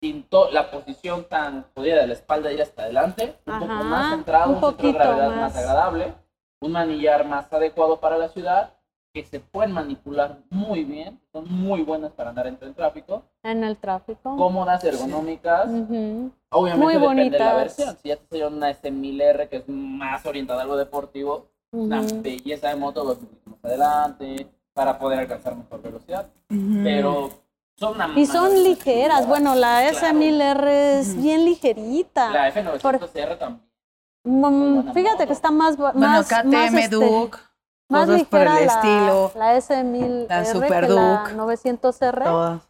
Speaker 1: sin to- la posición tan jodida de la espalda ir hasta adelante, un
Speaker 2: Ajá,
Speaker 1: poco más centrado,
Speaker 2: un
Speaker 1: un, centro de
Speaker 2: poquito
Speaker 1: gravedad más.
Speaker 2: más.
Speaker 1: agradable, un manillar más adecuado para la ciudad que se pueden manipular muy bien, son muy buenas para andar entre el tráfico,
Speaker 2: en el tráfico.
Speaker 1: cómodas, ergonómicas,
Speaker 2: Ujú.
Speaker 1: obviamente
Speaker 2: Muy
Speaker 1: depende de la
Speaker 2: bonitas.
Speaker 1: versión, si ya te salió una S1000R que es más orientada a lo deportivo, una
Speaker 2: Ujú.
Speaker 1: belleza de moto, dos más adelante, para poder alcanzar mejor velocidad.
Speaker 3: Ujú.
Speaker 1: Pero Son una
Speaker 2: Y son
Speaker 1: maravilla.
Speaker 2: ligeras. Bueno, la
Speaker 1: Claro.
Speaker 2: S1000R es bien ligerita.
Speaker 1: La F900R también.
Speaker 2: Mm, Fíjate que está más. ba-
Speaker 3: Bueno,
Speaker 2: más
Speaker 3: KTM
Speaker 2: más, este,
Speaker 3: Duke,
Speaker 2: más
Speaker 3: cosas por el
Speaker 2: ligera la-
Speaker 3: estilo,
Speaker 2: La S1000R.
Speaker 3: la
Speaker 2: que
Speaker 3: Super
Speaker 2: la
Speaker 3: Duke.
Speaker 2: 900R.
Speaker 3: todas.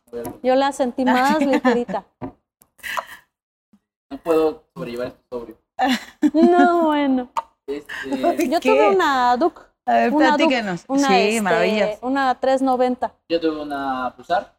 Speaker 2: Yo la sentí más ligerita.
Speaker 1: No puedo sobrellevar esto sobrio.
Speaker 2: No, bueno.
Speaker 1: Este,
Speaker 2: Yo
Speaker 3: ¿Qué?
Speaker 2: tuve una Duke.
Speaker 3: A ver,
Speaker 2: Una Duke,
Speaker 3: platíquenos.
Speaker 2: Una,
Speaker 3: sí,
Speaker 2: este,
Speaker 3: maravillas.
Speaker 2: Una 390.
Speaker 1: yo tuve una Pulsar.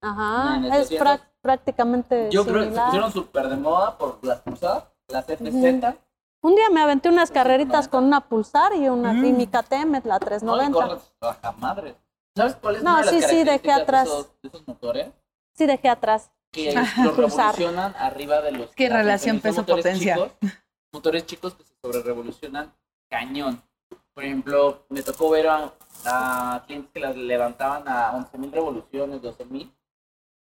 Speaker 2: Ajá.
Speaker 1: Una
Speaker 2: es
Speaker 1: 900.
Speaker 2: prac- prácticamente.
Speaker 1: Yo creo que se
Speaker 2: similar.
Speaker 1: pusieron súper de moda por las Pulsar, las FZ.
Speaker 2: Un día me aventé unas carreritas con una Pulsar y una
Speaker 3: Mm.
Speaker 2: y mi KTM, la
Speaker 1: No le
Speaker 2: 390.
Speaker 1: corres baja madre. ¿Sabes cuál es
Speaker 2: No,
Speaker 1: una de las
Speaker 2: sí, sí, dejé
Speaker 1: características
Speaker 2: atrás.
Speaker 1: De, esos, de esos motores?
Speaker 2: sí, dejé atrás.
Speaker 1: Que los
Speaker 2: Pulsar.
Speaker 1: revolucionan arriba de los...
Speaker 3: Qué
Speaker 1: las
Speaker 3: relación
Speaker 1: motores, son
Speaker 3: peso-potencia.
Speaker 1: motores chicos, Motores chicos que se sobre revolucionan cañón. Por ejemplo, me tocó ver a, a clientes que las levantaban a 11.000 revoluciones, 12.000.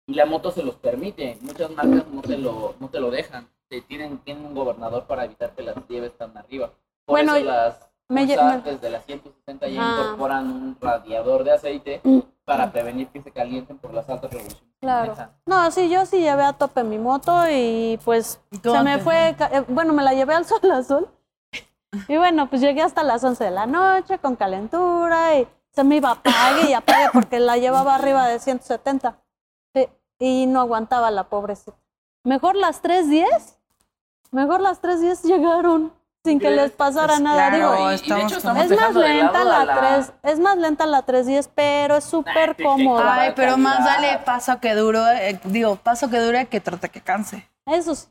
Speaker 1: Y la moto se los permite. Muchas marcas no te lo, no te lo dejan. Te tienen, tienen un gobernador para evitar que las lleves tan arriba. Por
Speaker 2: Bueno,
Speaker 1: eso las
Speaker 2: me lle-
Speaker 1: Pulsar
Speaker 2: me-
Speaker 1: desde las 160 ya
Speaker 2: Ah. Mm.
Speaker 1: incorporan un radiador de aceite para prevenir que se calienten por las altas revoluciones.
Speaker 2: Claro. No, sí, yo sí llevé a tope mi moto y pues
Speaker 3: ¿Y cómo
Speaker 2: se me
Speaker 3: te-
Speaker 2: fue, ca- eh, bueno, me la llevé al sol azul. Y bueno, pues llegué hasta las 11 de la noche con calentura y se me iba a apague y apague porque la llevaba arriba de 170. Sí, y no aguantaba la pobrecita. Mejor las 310, mejor las 310 llegaron sin que
Speaker 1: ¿Crees?
Speaker 2: les pasara
Speaker 3: Pues
Speaker 2: nada.
Speaker 3: claro,
Speaker 2: Digo,
Speaker 3: y- estamos
Speaker 2: es más lenta la, 3, es más lenta la 310, pero es súper
Speaker 1: sí, sí,
Speaker 2: cómoda.
Speaker 1: claro.
Speaker 3: Ay, pero más
Speaker 1: calidad.
Speaker 3: dale paso que duro, eh, digo, paso que dure que trata que canse.
Speaker 2: Eso sí.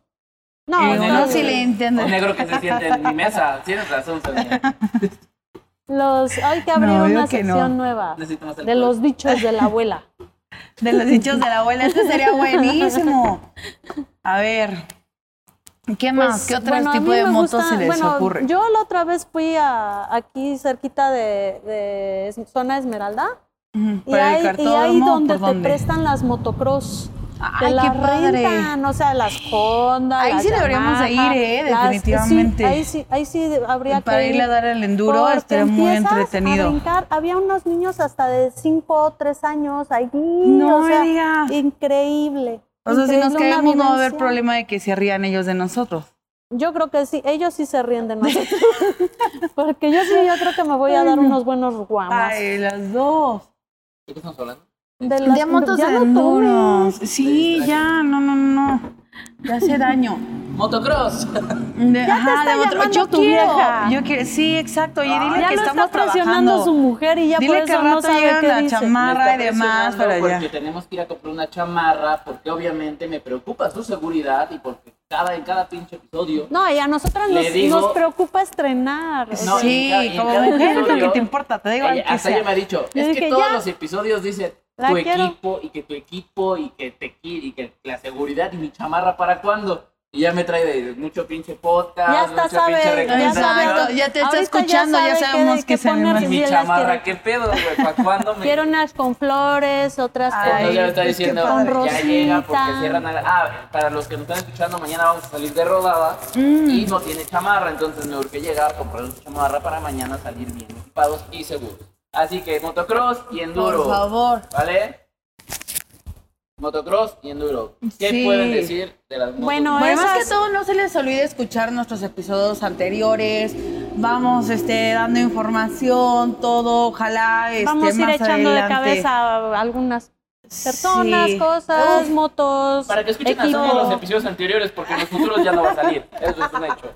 Speaker 2: No,
Speaker 3: Y
Speaker 2: está
Speaker 3: uno
Speaker 2: bien.
Speaker 3: sí le entiende.
Speaker 1: Un negro que se siente en mi mesa. Tienes razón, Sonia.
Speaker 2: Los, hay que abrir
Speaker 3: No, digo
Speaker 2: una
Speaker 3: que no.
Speaker 2: sección nueva
Speaker 1: Necesito más
Speaker 2: de los dichos de la abuela.
Speaker 3: De los dichos de la abuela, este sería buenísimo. A ver, ¿qué más?
Speaker 2: Pues,
Speaker 3: Ah, ¿Qué otro
Speaker 2: bueno, a
Speaker 3: tipo
Speaker 2: mí
Speaker 3: de
Speaker 2: me
Speaker 3: motos
Speaker 2: gusta-
Speaker 3: se les
Speaker 2: bueno,
Speaker 3: ocurre?
Speaker 2: Yo la otra vez fui a, aquí cerquita de, de es- zona Esmeralda
Speaker 3: Ujú,
Speaker 2: y
Speaker 3: ¿Para el
Speaker 2: ahí, y
Speaker 3: cartódromo
Speaker 2: ahí
Speaker 3: o
Speaker 2: donde te
Speaker 3: por dónde?
Speaker 2: prestan las motocross.
Speaker 3: Ay,
Speaker 2: te las
Speaker 3: qué padre.
Speaker 2: rentan, o sea, las Honda.
Speaker 3: Ahí
Speaker 2: las
Speaker 3: sí deberíamos de
Speaker 2: Yamaha,
Speaker 3: ir, ¿eh?
Speaker 2: las- sí,
Speaker 3: Definitivamente.
Speaker 2: ahí sí, ahí sí habría
Speaker 3: Para
Speaker 2: que
Speaker 3: ir a dar el enduro
Speaker 2: Porque
Speaker 3: estaría muy
Speaker 2: empiezas A
Speaker 3: entretenido.
Speaker 2: brincar. Había unos niños hasta de 5 o 3 años allí.
Speaker 3: No
Speaker 2: o
Speaker 3: me
Speaker 2: sea,
Speaker 3: digas.
Speaker 2: Increíble.
Speaker 3: O sea, si
Speaker 2: increíble,
Speaker 3: nos
Speaker 2: una
Speaker 3: caemos no va a haber
Speaker 2: vivencia.
Speaker 3: problema de que se rían ellos de nosotros.
Speaker 2: Yo creo que sí, ellos sí se ríen de nosotros. Porque yo sí, yo creo que me voy a dar unos buenos guamas.
Speaker 3: Ay, las dos.
Speaker 1: ¿De qué estamos hablando?
Speaker 2: de las-
Speaker 3: de motos
Speaker 2: ya
Speaker 3: de
Speaker 2: no
Speaker 3: enduro.
Speaker 2: tomes.
Speaker 3: Sí, ya, no, no, no. Ya hace daño.
Speaker 1: Motocross.
Speaker 3: De- ajá,
Speaker 2: está
Speaker 3: de motor-
Speaker 2: llamando
Speaker 3: yo
Speaker 2: tu
Speaker 3: quiero, Ah,
Speaker 2: vieja.
Speaker 3: yo quiero, sí, exacto. Y dile
Speaker 2: Ya
Speaker 3: que
Speaker 2: lo
Speaker 3: estamos
Speaker 2: está presionando
Speaker 3: trabajando.
Speaker 2: su mujer y ya
Speaker 3: dile
Speaker 2: por
Speaker 3: que
Speaker 2: eso
Speaker 3: al
Speaker 2: no
Speaker 3: rato
Speaker 2: sabe
Speaker 3: llegan
Speaker 2: qué
Speaker 3: la
Speaker 2: dice.
Speaker 3: chamarra y
Speaker 1: Me está
Speaker 3: demás para
Speaker 1: presionando
Speaker 3: allá.
Speaker 1: Porque tenemos que ir a comprar una chamarra, porque obviamente me preocupa su seguridad y porque cada, en cada pinche episodio...
Speaker 2: No, y a nosotras nos,
Speaker 1: Le digo-
Speaker 2: nos preocupa estrenar. o
Speaker 1: No,
Speaker 2: sea,
Speaker 1: y en cada- y
Speaker 3: sí,
Speaker 1: en
Speaker 3: como
Speaker 1: cada
Speaker 3: mujer es lo que
Speaker 1: episodio-
Speaker 3: te importa, te digo
Speaker 1: Ella- hasta ella me ha dicho,
Speaker 2: Yo
Speaker 1: es
Speaker 2: dije,
Speaker 1: que todos
Speaker 2: ya.
Speaker 1: los episodios dicen
Speaker 2: La
Speaker 1: tu
Speaker 2: quiero.
Speaker 1: equipo y que tu equipo y que te qui- y que la seguridad y mi chamarra para cuándo. Y ya me trae de mucho pinche podcast,
Speaker 2: Ya está,
Speaker 1: mucha
Speaker 2: sabe,
Speaker 1: pinche
Speaker 2: ya sabe.
Speaker 1: recomendación.
Speaker 3: Exacto, ya te está
Speaker 2: Ahorita
Speaker 3: escuchando, ya
Speaker 2: sabe qué-
Speaker 3: sabemos
Speaker 2: qué
Speaker 3: que se me
Speaker 2: poner.
Speaker 1: Y
Speaker 3: imagina.
Speaker 2: Sí,
Speaker 1: mi
Speaker 2: las
Speaker 1: chamarra,
Speaker 2: quiero.
Speaker 1: qué pedo, güey, ¿para cuándo me
Speaker 2: Quiero unas con flores, otras con
Speaker 3: Ay,
Speaker 1: Entonces ya me está
Speaker 3: pues, qué
Speaker 1: diciendo,
Speaker 2: padre.
Speaker 1: ya llega
Speaker 2: Rosita.
Speaker 1: porque cierran a la... Ah, para los que nos están escuchando, mañana vamos a salir de rodada
Speaker 3: Mm.
Speaker 1: y no tiene chamarra, entonces me urge llegar, comprar una chamarra para mañana salir bien equipados y seguros. Así que motocross y enduro.
Speaker 3: Por favor.
Speaker 1: ¿Vale? Motocross y enduro. ¿Qué
Speaker 3: Sí.
Speaker 1: pueden decir de las motos?
Speaker 2: Bueno,
Speaker 3: Bueno, más Pues que
Speaker 2: esas-
Speaker 3: todo, no se les olvide escuchar nuestros episodios anteriores. Vamos este, dando información, todo, ojalá este,
Speaker 2: Vamos a ir
Speaker 3: más
Speaker 2: echando
Speaker 3: adelante.
Speaker 2: de cabeza algunas personas,
Speaker 3: Sí.
Speaker 2: cosas,
Speaker 3: Uf,
Speaker 2: motos,
Speaker 1: para que escuchen a
Speaker 2: equipo.
Speaker 1: todos los episodios anteriores, porque en los futuros ya no va a salir. Eso es un hecho.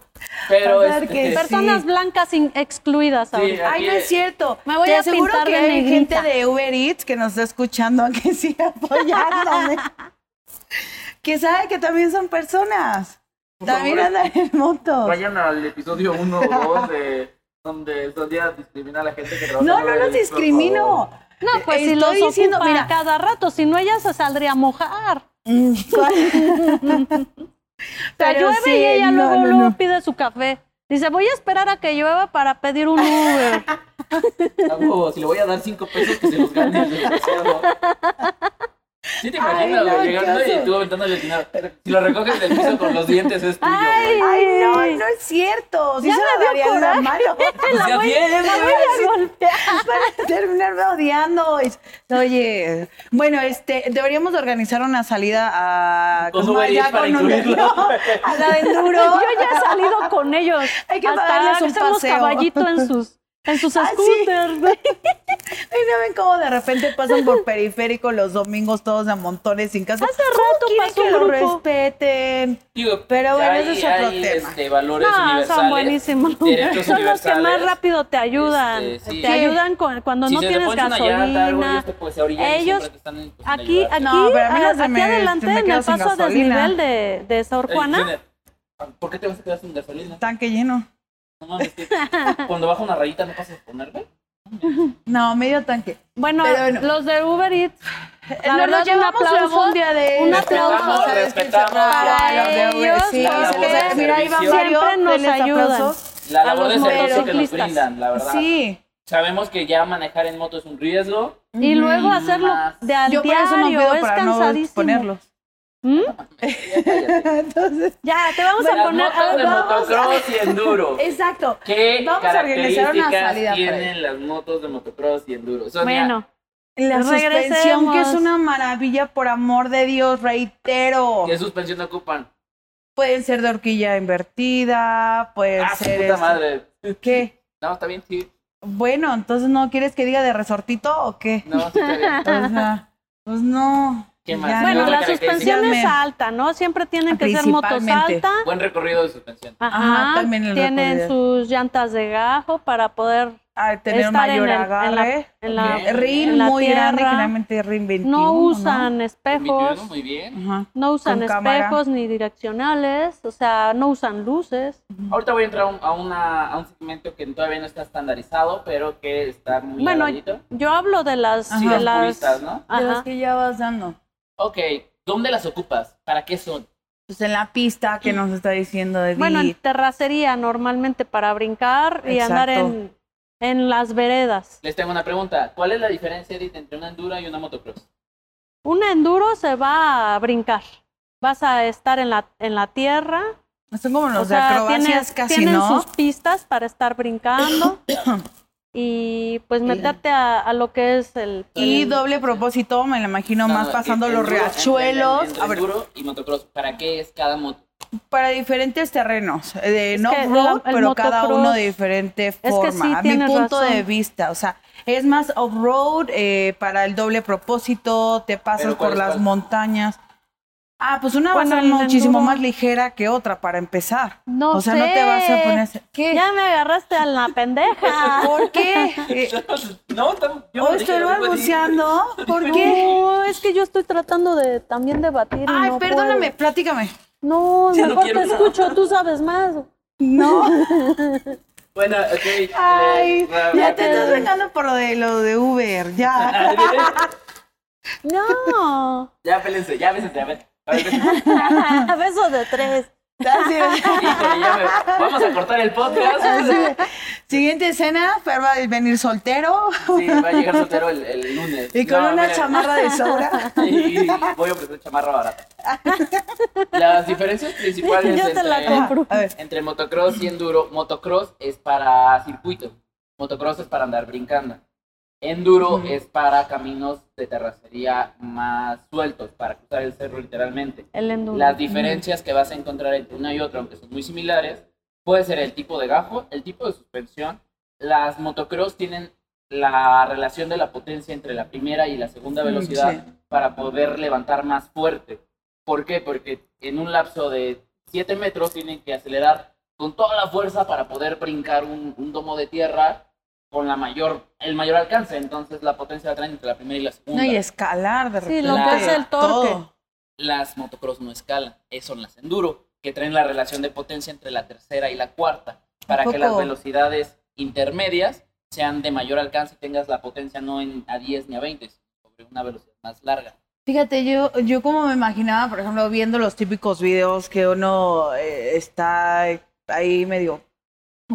Speaker 1: Pero
Speaker 3: Va a ser
Speaker 1: este,
Speaker 3: que-
Speaker 2: Personas
Speaker 3: Sí.
Speaker 2: blancas in- excluidas ahorita.
Speaker 3: Ay, no es cierto.
Speaker 2: Me voy
Speaker 3: Te
Speaker 2: a
Speaker 3: aseguro
Speaker 2: pintar
Speaker 3: que
Speaker 2: de
Speaker 3: hay
Speaker 2: negrita.
Speaker 3: gente de Uber Eats que nos está escuchando, que sigue apoyándome. que sabe que también son personas.
Speaker 1: Por
Speaker 3: También
Speaker 1: favor.
Speaker 3: andan en motos.
Speaker 1: vayan al episodio 1 o 2 de donde Sonia discrimina a la gente que trabaja.
Speaker 3: No,
Speaker 1: en
Speaker 3: no
Speaker 1: Uber
Speaker 3: los
Speaker 1: Eats, por
Speaker 3: discrimino.
Speaker 2: No, pues si
Speaker 3: Eh, Estoy
Speaker 2: los
Speaker 3: diciendo,
Speaker 2: ocupan
Speaker 3: mira.
Speaker 2: cada rato, si no ella se saldría a mojar.
Speaker 3: Mm,
Speaker 2: O sea,
Speaker 3: Pero
Speaker 2: llueve
Speaker 3: sí,
Speaker 2: y ella
Speaker 3: no,
Speaker 2: luego,
Speaker 3: no,
Speaker 2: luego
Speaker 3: no.
Speaker 2: pide su café. Dice, voy a esperar a que llueva para pedir un Uber.
Speaker 1: favor. A huevo, si le voy a dar 5 pesos, que se los gane el desgraciado. Sí te imaginas,
Speaker 4: Ay, no,
Speaker 1: güey, llegando
Speaker 4: qué
Speaker 1: y
Speaker 4: oso.
Speaker 1: tú aventándole el dinero. Si lo recoges del piso con los dientes es tuyo, güey.
Speaker 3: Ay, no, no es cierto. Sí
Speaker 2: Ya
Speaker 3: se
Speaker 2: me
Speaker 3: lo
Speaker 2: dio
Speaker 3: daría a la
Speaker 2: coraje.
Speaker 3: mano.
Speaker 1: O sea, Pues bien,
Speaker 3: Para terminarme odiando. Oye, bueno, este, deberíamos de organizar una salida a...
Speaker 1: Con
Speaker 3: ¿cómo?
Speaker 1: Uber
Speaker 3: Ya
Speaker 1: Eats para
Speaker 3: con un-
Speaker 1: incluirlo.
Speaker 3: no, a la de enduro.
Speaker 2: Yo ya he salido con ellos.
Speaker 3: Hay que pagarles
Speaker 2: Hasta
Speaker 3: un
Speaker 2: hacemos
Speaker 3: paseo.
Speaker 2: caballito en sus, en sus
Speaker 3: Ah, sí.
Speaker 2: scooters. güey.
Speaker 3: Ay, no ven cómo de repente pasan por periférico los domingos todos a montones sin casa.
Speaker 2: Hace rato
Speaker 3: Quieren que
Speaker 2: pasó un
Speaker 3: lo
Speaker 2: grupo.
Speaker 3: respeten.
Speaker 1: Digo,
Speaker 3: Pero
Speaker 1: ya
Speaker 3: bueno,
Speaker 1: hay-
Speaker 3: ese es otro
Speaker 1: hay,
Speaker 3: tema.
Speaker 1: este, valores
Speaker 2: No,
Speaker 1: universales.
Speaker 2: son buenísimos.
Speaker 1: Derechos
Speaker 2: Son los que más
Speaker 1: universales.
Speaker 2: rápido te ayudan.
Speaker 1: Este, sí.
Speaker 2: Te ayudan con- cuando
Speaker 1: Si
Speaker 2: no
Speaker 1: se te
Speaker 2: tienes
Speaker 1: pones una llanta, algo,
Speaker 2: gasolina.
Speaker 1: ellos te- pues, se orillan y
Speaker 2: Ellos-
Speaker 1: siempre te están en- pues, en
Speaker 2: Aquí,
Speaker 1: ayudarte.
Speaker 2: aquí,
Speaker 3: No, pero a mí no
Speaker 2: a-
Speaker 3: se
Speaker 2: aquí
Speaker 3: me-
Speaker 2: adelante
Speaker 3: me
Speaker 2: en
Speaker 3: quedo
Speaker 2: el
Speaker 3: sin
Speaker 2: paso a
Speaker 3: gasolina.
Speaker 2: desnivel de, de Sor
Speaker 1: Ey,
Speaker 2: Juana.
Speaker 1: Jenner, ¿Por qué te vas a quedar sin gasolina?
Speaker 3: Tanque lleno.
Speaker 1: No mames, que cuando baja una rayita no pasas a ponerle.
Speaker 3: No, medio tanque.
Speaker 2: Bueno,
Speaker 3: Pero bueno,
Speaker 2: los de Uber Eats, la
Speaker 3: Nos lo
Speaker 2: verdad, un
Speaker 3: llevamos luego
Speaker 2: aplauso.
Speaker 3: un día de
Speaker 2: Un
Speaker 1: aplauso.
Speaker 3: Respetamos,
Speaker 1: Respetamos,
Speaker 3: respetamos
Speaker 1: para
Speaker 3: la de Uber,
Speaker 2: ellos,
Speaker 3: sí,
Speaker 1: porque
Speaker 3: se les- mira, ahí va
Speaker 1: siempre
Speaker 3: Mario,
Speaker 2: nos
Speaker 3: denles
Speaker 2: ayudan.
Speaker 3: aplausos.
Speaker 1: La
Speaker 2: A
Speaker 1: labor
Speaker 2: los
Speaker 1: de servicio que nos
Speaker 2: motociclistas.
Speaker 1: brindan, la verdad.
Speaker 3: Sí.
Speaker 1: Sabemos que ya manejar en moto es un riesgo.
Speaker 2: y luego hacerlo
Speaker 1: más.
Speaker 2: de al
Speaker 3: Yo por
Speaker 2: diario,
Speaker 3: eso no pido
Speaker 2: es
Speaker 3: para no
Speaker 2: cansadísimo.
Speaker 3: ponerlos.
Speaker 2: ¿Mm?
Speaker 1: Ya cállate.
Speaker 3: Entonces,
Speaker 2: Ya, te vamos a
Speaker 1: Las
Speaker 2: poner.
Speaker 1: motos de
Speaker 3: vamos a-
Speaker 1: motocross y enduro.
Speaker 3: exacto.
Speaker 1: ¿Qué
Speaker 3: Vamos a organizar una
Speaker 1: características
Speaker 3: salida, Fred.
Speaker 1: tienen las motos de motocross y enduro? Sonia,
Speaker 2: Bueno,
Speaker 3: La suspensión
Speaker 2: Regresemos.
Speaker 3: que es una maravilla, por amor de Dios, reitero.
Speaker 1: ¿Qué suspensión ocupan?
Speaker 3: Pueden ser de horquilla invertida, pueden
Speaker 1: Ah, su
Speaker 3: ser...
Speaker 1: puta
Speaker 3: este-
Speaker 1: madre.
Speaker 3: ¿Qué?
Speaker 1: No, está bien, sí.
Speaker 3: Bueno, entonces no quieres que diga de resortito o qué?
Speaker 1: No, sí está bien.
Speaker 3: O sea, pues no.
Speaker 1: ¿Qué más?
Speaker 3: Ya no.
Speaker 2: bueno,
Speaker 1: otra
Speaker 2: la
Speaker 1: característica.
Speaker 2: suspensión es
Speaker 3: Díganme.
Speaker 2: alta, ¿no? Siempre tienen que ser motos
Speaker 3: Principalmente.
Speaker 2: alta.
Speaker 1: Buen recorrido de suspensión.
Speaker 2: Ajá,
Speaker 3: Ajá, Ah, también el
Speaker 2: tienen
Speaker 3: recorrido.
Speaker 2: sus llantas de gajo para poder
Speaker 3: Ay, tener
Speaker 2: estar
Speaker 3: mayor
Speaker 2: en, el- en la-
Speaker 3: agarre.
Speaker 2: en la,
Speaker 1: Bien.
Speaker 3: Rin
Speaker 2: en la
Speaker 3: muy grande,
Speaker 2: tierra.
Speaker 3: generalmente Rin 21.
Speaker 2: No usan
Speaker 1: Convirtieron
Speaker 2: espejos,
Speaker 1: Muy bien.
Speaker 3: Ajá.
Speaker 2: no usan
Speaker 3: con cámara.
Speaker 2: espejos ni direccionales, o sea, no usan luces.
Speaker 1: Ahorita voy a entrar a un- a, una, a un segmento que todavía no está estandarizado, pero que está muy
Speaker 2: Bueno,
Speaker 1: ladito.
Speaker 2: Yo hablo de las...
Speaker 1: Sí,
Speaker 3: Ajá.
Speaker 2: de
Speaker 1: los
Speaker 2: las
Speaker 1: puristas, ¿no?
Speaker 3: De las
Speaker 2: Ajá.
Speaker 3: que ya vas dando.
Speaker 1: Ok, ¿dónde las ocupas? ¿Para qué son?
Speaker 3: Pues en la pista que nos está diciendo Edith.
Speaker 2: Bueno, en terracería normalmente para brincar y andar en, en las veredas.
Speaker 1: Les tengo una pregunta. ¿Cuál es la diferencia, Edith, entre una enduro y una motocross?
Speaker 2: Un enduro se va a brincar. Vas a estar en la, en la tierra.
Speaker 3: Son como los
Speaker 2: o sea,
Speaker 3: de acrobacias
Speaker 2: tienes-
Speaker 3: casi,
Speaker 2: tienen
Speaker 3: ¿no?
Speaker 2: sus pistas para estar brincando. y pues meterte a, a lo que es el...
Speaker 3: Y
Speaker 2: el-
Speaker 3: doble propósito, me lo imagino
Speaker 1: No,
Speaker 3: más
Speaker 1: no,
Speaker 3: pasando
Speaker 1: en-
Speaker 3: los
Speaker 1: enduro-
Speaker 3: riachuelos.
Speaker 1: en- en- en-
Speaker 3: A ver,
Speaker 1: Enduro y motocross. ¿Para qué es cada moto?
Speaker 3: para diferentes terrenos, eh, de
Speaker 2: Es
Speaker 3: no
Speaker 2: que
Speaker 3: road,
Speaker 2: la- el
Speaker 3: pero cada
Speaker 2: motocross-
Speaker 3: uno de diferente
Speaker 2: que
Speaker 3: forma,
Speaker 2: sí
Speaker 3: a mi
Speaker 2: tienes
Speaker 3: punto de
Speaker 2: razón.
Speaker 3: vista. O sea, es más off-road eh, para el doble propósito, te pasas
Speaker 1: ¿Pero cuál
Speaker 3: por
Speaker 1: es
Speaker 3: las
Speaker 1: cuál?
Speaker 3: montañas. Ah, pues una va a
Speaker 2: Bueno,
Speaker 3: ser
Speaker 2: el
Speaker 3: muchísimo
Speaker 2: enduro-
Speaker 3: más ligera que otra para empezar.
Speaker 2: No
Speaker 3: o sea, no te vas a
Speaker 2: sé.
Speaker 3: poner... a hacer- ¿Qué?
Speaker 2: Ya me agarraste a la pendeja.
Speaker 3: ¿Por qué? Eh,
Speaker 1: No, tam- yo
Speaker 3: ¿O
Speaker 1: no dije,
Speaker 3: Oh, estoy
Speaker 1: no digo,
Speaker 3: balbuceando? ¿Por qué?
Speaker 2: No, es que yo estoy tratando de también debatir. y
Speaker 3: Ay,
Speaker 2: no
Speaker 3: perdóname, platícame.
Speaker 2: puedo. No,
Speaker 1: Ya no
Speaker 2: mejor
Speaker 1: quiero
Speaker 2: te
Speaker 1: nada.
Speaker 2: escucho, tú sabes más.
Speaker 1: Bueno, ok. Eh, le-
Speaker 3: Ay,
Speaker 1: ra-
Speaker 3: ya
Speaker 1: ra-
Speaker 3: te estás vengando por lo de lo de Uber, ya.
Speaker 2: No.
Speaker 1: Ya, pélense, ya, bésense, a ver. A ver, bésense.
Speaker 2: Besos de tres.
Speaker 1: Híjole, ya me- Vamos a cortar el podcast.
Speaker 3: Siguiente escena, Fer va a venir soltero
Speaker 1: Sí, va a llegar soltero el, el lunes.
Speaker 3: y con
Speaker 1: No,
Speaker 3: una
Speaker 1: miren,
Speaker 3: chamarra de sobra.
Speaker 1: Y voy a ofrecer chamarra barata. Las diferencias principales
Speaker 2: Yo te
Speaker 1: entre,
Speaker 2: la compro.
Speaker 3: A ver,
Speaker 1: entre motocross y enduro, motocross es para circuito, motocross es para andar brincando. Enduro
Speaker 3: Ujú.
Speaker 1: es para caminos de terracería más sueltos, para cruzar el cerro literalmente.
Speaker 2: El enduro.
Speaker 1: Las diferencias que vas a encontrar entre una y otra, aunque son muy similares, puede ser el tipo de gajo, el tipo de suspensión. Las motocross tienen la relación de la potencia entre la primera y la segunda
Speaker 3: Mm,
Speaker 1: velocidad
Speaker 3: sí.
Speaker 1: para poder levantar más fuerte. ¿Por qué? Porque en un lapso de 7 metros tienen que acelerar con toda la fuerza para poder brincar un, un domo de tierra con la mayor, el mayor alcance. Entonces la potencia la traen entre la primera y la segunda.
Speaker 3: no, y escalar de repente.
Speaker 2: Sí, lo
Speaker 1: que es
Speaker 2: el torque.
Speaker 3: todo.
Speaker 1: las motocross no escalan, es- son las enduro, que traen la relación de potencia entre la tercera y la cuarta, para que las
Speaker 3: Tampoco.
Speaker 1: velocidades intermedias sean de mayor alcance y tengas la potencia no en, a 10 ni a 20, sino sobre una velocidad más larga.
Speaker 3: Fíjate, yo, yo como me imaginaba, por ejemplo, viendo los típicos videos que uno eh, está ahí medio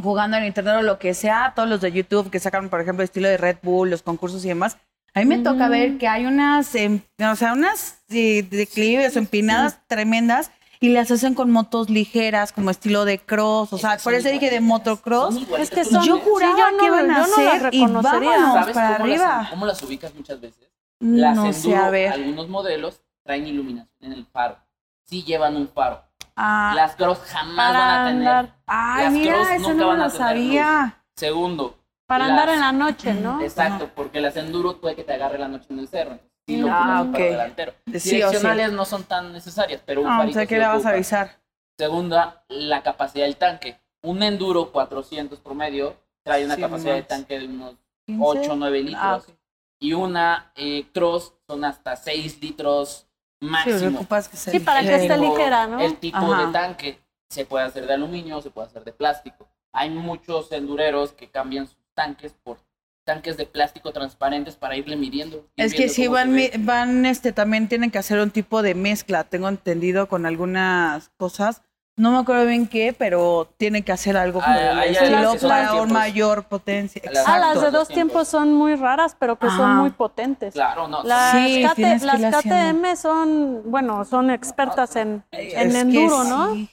Speaker 3: jugando en internet o lo que sea, todos los de YouTube que sacan, por ejemplo, estilo de Red Bull, los concursos y demás, A mí me toca
Speaker 2: Mm.
Speaker 3: ver que hay unas, em, o sea, unas eh, declives o empinadas tremendas y las hacen con motos ligeras, como estilo de cross, o sea, por eso dije de motocross.
Speaker 2: Es que son-
Speaker 3: Yo
Speaker 2: Sí,
Speaker 3: juraba
Speaker 2: yo no-
Speaker 3: que iban a
Speaker 2: yo no las
Speaker 3: hacer y
Speaker 2: reconocería.
Speaker 3: vámonos
Speaker 1: ¿Sabes
Speaker 3: para
Speaker 1: cómo las-
Speaker 3: arriba. Mm,
Speaker 1: cómo las ubicas muchas veces? Las
Speaker 3: No sé,
Speaker 1: enduro,
Speaker 3: a ver.
Speaker 1: algunos modelos traen iluminación en el faro. Sí llevan un faro.
Speaker 3: Ah,
Speaker 1: Las cross jamás
Speaker 2: Para
Speaker 1: van a tener.
Speaker 2: andar.
Speaker 3: ay,
Speaker 1: las cross
Speaker 3: mira,
Speaker 1: nunca
Speaker 3: eso no me
Speaker 1: van a
Speaker 3: lo
Speaker 1: tener
Speaker 3: sabía.
Speaker 1: Segundo,
Speaker 2: Para
Speaker 1: Las-
Speaker 2: andar en la noche, ¿no?
Speaker 3: Ah,
Speaker 1: exacto, porque las enduro puede que te agarre la noche en el cerro. Sí, lo ocupas
Speaker 3: Ah, ok.
Speaker 1: para delantero.
Speaker 3: Sí o sí.
Speaker 1: Direccionales no son tan necesarias, pero un
Speaker 3: Ah, o
Speaker 1: farito
Speaker 3: sea,
Speaker 1: sí
Speaker 3: que le vas a
Speaker 1: ocupa.
Speaker 3: avisar.
Speaker 1: Segunda, la capacidad del tanque. Un enduro 400 promedio trae una
Speaker 3: Sí,
Speaker 1: capacidad de
Speaker 3: manches.
Speaker 1: tanque de unos 8 o
Speaker 3: ¿Quince?
Speaker 1: 9 litros.
Speaker 3: Ah, ok.
Speaker 1: Y una eh, cross son hasta 6 litros
Speaker 3: Sí, o sea,
Speaker 1: máximo.
Speaker 3: ocupas que se
Speaker 2: Sí, para que
Speaker 1: El
Speaker 2: esté
Speaker 1: tipo-
Speaker 2: ligera, ¿no?
Speaker 1: El tipo
Speaker 3: Ajá.
Speaker 1: de tanque se puede hacer de aluminio, se puede hacer de plástico. Hay muchos endureros que cambian sus tanques por tanques de plástico transparentes para irle midiendo. ir
Speaker 3: Es que
Speaker 1: viendo
Speaker 3: sí,
Speaker 1: cómo se
Speaker 3: van,
Speaker 1: ve.
Speaker 3: mi- van, este, también tienen que hacer un tipo de mezcla, tengo entendido, con algunas cosas. No me acuerdo bien qué, pero tienen que hacer algo
Speaker 1: Ah,
Speaker 3: como del
Speaker 1: hay
Speaker 3: estilo
Speaker 2: algunas que son
Speaker 3: para
Speaker 1: de
Speaker 3: una
Speaker 1: tiempos.
Speaker 3: mayor potencia.
Speaker 1: A las-
Speaker 2: Ah, las
Speaker 1: Exacto.
Speaker 2: de dos tiempos son muy raras, pero que
Speaker 3: Ajá.
Speaker 2: son muy potentes.
Speaker 1: Claro, no.
Speaker 2: Las,
Speaker 3: Sí,
Speaker 2: KT
Speaker 3: tienes que
Speaker 2: las
Speaker 3: irle haciendo.
Speaker 2: KTM son, bueno, son expertas en,
Speaker 1: Es
Speaker 2: en
Speaker 3: que
Speaker 2: enduro, ¿no?
Speaker 3: sí.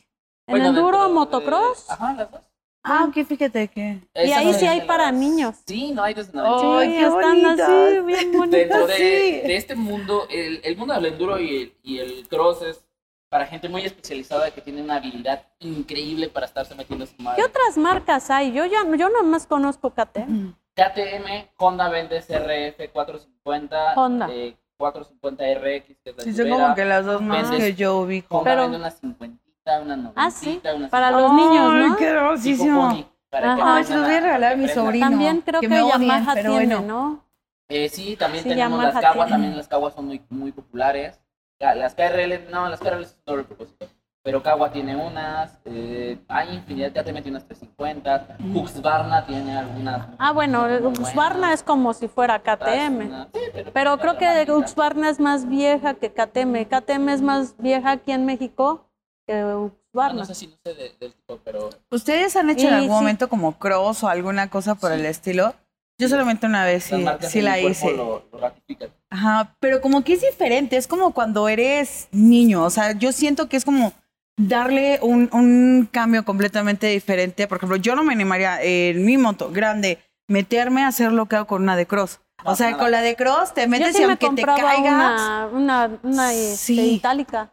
Speaker 1: Bueno,
Speaker 2: en enduro,
Speaker 1: dentro de-
Speaker 2: motocross.
Speaker 1: Ajá, las dos.
Speaker 3: Ah, ok, fíjate que.
Speaker 2: Y
Speaker 1: Esas
Speaker 2: ahí
Speaker 1: son
Speaker 2: sí hay
Speaker 1: de
Speaker 2: para
Speaker 1: las-
Speaker 2: niños.
Speaker 1: Sí, no hay desde
Speaker 3: Oh, ¡Ay,
Speaker 2: sí,
Speaker 3: qué
Speaker 2: están así,
Speaker 3: bonitas!
Speaker 2: bien bonitas.
Speaker 1: Dentro de,
Speaker 3: sí.
Speaker 1: de este mundo, el, el mundo del enduro y el, y el cross es para gente muy especializada que tiene una habilidad increíble para estarse metiendo a su madre.
Speaker 2: ¿Qué otras marcas hay? Yo ya, yo nada más conozco KTM.
Speaker 1: KTM, Honda vende CRF 450,
Speaker 2: Honda.
Speaker 1: eh, 450RX, que es la
Speaker 3: Sí, son
Speaker 1: Libera.
Speaker 3: como que las dos más
Speaker 1: Vendes-
Speaker 3: que yo ubico.
Speaker 1: Honda
Speaker 2: Pero-
Speaker 1: vende una 50, una 90,
Speaker 2: Ah, sí,
Speaker 1: una
Speaker 2: para los
Speaker 3: Ay,
Speaker 2: niños, ¿no?
Speaker 3: qué hermosísimo.
Speaker 2: Ajá.
Speaker 3: Ay, se los voy a regalar a mi sobrino.
Speaker 2: También creo que,
Speaker 3: que me odian,
Speaker 2: Yamaha
Speaker 3: pero
Speaker 2: tiene,
Speaker 3: bueno.
Speaker 2: ¿no?
Speaker 1: Eh, sí, también
Speaker 2: Sí,
Speaker 1: tenemos
Speaker 2: Yamaha
Speaker 1: las caguas,
Speaker 2: tiene.
Speaker 1: también las caguas son muy, muy populares. La- Las KRL, no, las KRL son todo el propósito. Pero Cagua tiene unas, eh, hay infinidad, KTM tiene unas 350, Husqvarna tiene algunas.
Speaker 2: Mm. Ah, bueno,
Speaker 1: muy buenas,
Speaker 2: Husqvarna es como si fuera KTM.
Speaker 1: unas- sí, pero,
Speaker 2: Pero creo que
Speaker 1: Husqvarna
Speaker 2: Husqvarna es más vieja que KTM. KTM es más vieja aquí en México que Husqvarna.
Speaker 1: Ah, No sé si no sé de- del tipo, pero...
Speaker 3: ¿Ustedes han hecho en
Speaker 2: Y
Speaker 3: algún
Speaker 2: sí.
Speaker 3: momento como cross o alguna cosa por
Speaker 1: Sí.
Speaker 3: el estilo? Yo solamente una vez
Speaker 1: las
Speaker 3: sí,
Speaker 1: marcas
Speaker 3: sí
Speaker 1: en
Speaker 3: la
Speaker 1: el cuerpo
Speaker 3: hice.
Speaker 1: Lo, lo ratifican.
Speaker 3: Ajá, pero como que es diferente, es como cuando eres niño, o sea, yo siento que es como darle un, un cambio completamente diferente. Por ejemplo, yo no me animaría eh, en mi moto grande meterme a hacer lo que hago con una de cross.
Speaker 1: No,
Speaker 3: o sea,
Speaker 1: nada.
Speaker 3: con la de cross te
Speaker 2: Yo
Speaker 3: metes
Speaker 2: sí
Speaker 3: y
Speaker 2: me
Speaker 3: aunque te
Speaker 2: compraba
Speaker 3: caigas...
Speaker 2: una, una, una este,
Speaker 3: Sí.
Speaker 2: itálica.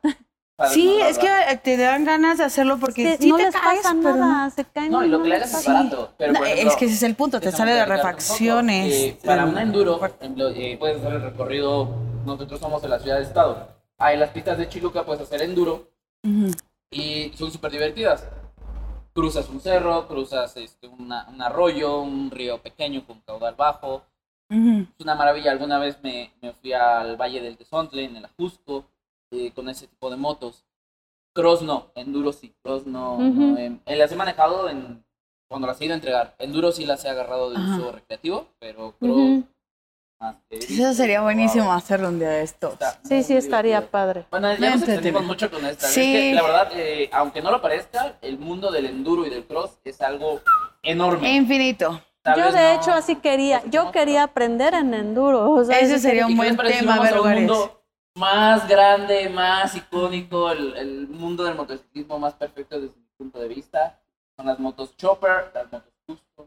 Speaker 1: Para
Speaker 3: Sí,
Speaker 1: desmadrar,
Speaker 3: es que eh, te dan ganas de hacerlo porque
Speaker 2: Es que
Speaker 3: sí
Speaker 2: no
Speaker 3: te
Speaker 2: les
Speaker 3: caes,
Speaker 2: pasa
Speaker 3: pero no-
Speaker 2: nada, se caen.
Speaker 1: No, y lo
Speaker 2: no
Speaker 1: que le
Speaker 2: les
Speaker 1: hagas es
Speaker 2: pasa.
Speaker 1: barato. Pero,
Speaker 3: No, eh,
Speaker 1: por
Speaker 3: es
Speaker 1: ejemplo,
Speaker 3: que ese es el punto, te
Speaker 1: déjame
Speaker 3: sale de
Speaker 1: platicarte un
Speaker 3: refacciones. Mm.
Speaker 1: poco. Eh, para un enduro, por ejemplo, eh, puedes hacer el recorrido, nosotros somos de la ciudad de estado. Ah, en las pistas de Chiluca puedes hacer enduro
Speaker 3: Ujú.
Speaker 1: y son súper divertidas. Cruzas un cerro, cruzas este, una- un arroyo, un río pequeño con caudal bajo.
Speaker 3: Ujú.
Speaker 1: Es una maravilla. Alguna vez me, me fui al Valle del Tezontle, en el Ajusco, eh, con ese tipo de motos. Cross no, enduro sí. Cross no. no,
Speaker 2: Ujú.
Speaker 1: em, eh, las he manejado en, cuando las he ido a entregar. Enduro sí las he agarrado de
Speaker 3: Ajá.
Speaker 1: uso recreativo, pero cross.
Speaker 2: Ujú.
Speaker 1: más que he visto,
Speaker 3: Eso sería buenísimo
Speaker 1: wow,
Speaker 3: hacerlo un día de estos.
Speaker 1: está
Speaker 2: Sí,
Speaker 1: muy
Speaker 2: sí, estaría
Speaker 1: divertido.
Speaker 2: padre.
Speaker 1: Bueno, ya nos
Speaker 3: Entretenido.
Speaker 1: extendimos mucho con esta.
Speaker 3: Sí.
Speaker 1: Es que, la verdad, eh, aunque no lo parezca, el mundo del enduro y del cross es algo enorme.
Speaker 3: Infinito.
Speaker 1: Tal
Speaker 2: Eh, Yo
Speaker 1: vez
Speaker 2: de
Speaker 1: no-
Speaker 2: hecho así quería, yo quería aprender en enduro. o sea,
Speaker 3: Ese
Speaker 2: eso
Speaker 3: sería
Speaker 1: ¿Y
Speaker 3: un
Speaker 1: qué les
Speaker 3: buen
Speaker 1: parece si
Speaker 3: tema,
Speaker 1: vamos a
Speaker 3: ver
Speaker 1: un
Speaker 3: lugares.
Speaker 1: mundo más grande, más icónico, el, el mundo del motociclismo más perfecto desde mi punto de vista. Son las motos chopper, las motos custom,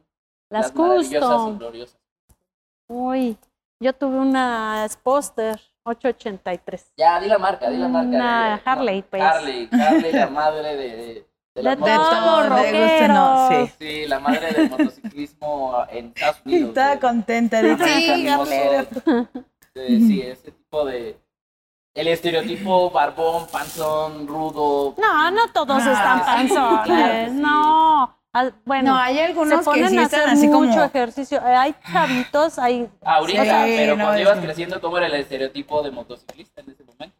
Speaker 2: Las
Speaker 1: maravillosas y
Speaker 2: custom.
Speaker 1: gloriosas.
Speaker 2: Uy, yo tuve una Sposter 883.
Speaker 1: Ya, di la marca, di la marca.
Speaker 2: Una
Speaker 1: Eh,
Speaker 2: Harley, pues.
Speaker 1: Harley, Harley, la madre de, de, de las
Speaker 2: De
Speaker 1: motos.
Speaker 2: todo,
Speaker 3: todo, le guste, no,
Speaker 2: rockeros.
Speaker 3: sí.
Speaker 1: Sí, la madre del motociclismo en Estados Unidos.
Speaker 3: Estaba
Speaker 1: de-
Speaker 3: contenta de
Speaker 1: American
Speaker 3: sí,
Speaker 1: Muscle,
Speaker 3: Gabriel.
Speaker 1: de- sí, ese tipo de... El estereotipo barbón, panzón, rudo,
Speaker 2: No, no todos
Speaker 3: Ah,
Speaker 2: están
Speaker 1: sí,
Speaker 2: panzones,
Speaker 1: claro que sí.
Speaker 2: no. Al- Bueno,
Speaker 3: No, hay
Speaker 2: se
Speaker 3: algunos que
Speaker 2: ponen
Speaker 3: sí
Speaker 2: a
Speaker 3: están
Speaker 2: hacer
Speaker 3: así
Speaker 2: mucho
Speaker 3: como...
Speaker 2: ejercicio. Eh, Hay chavitos, hay
Speaker 1: Ah, Ahorita,
Speaker 3: Sí,
Speaker 1: pero
Speaker 3: no, este.
Speaker 1: cuando
Speaker 3: es
Speaker 1: ibas
Speaker 3: que-
Speaker 1: creciendo, ¿cómo era el estereotipo de motociclista en ese momento?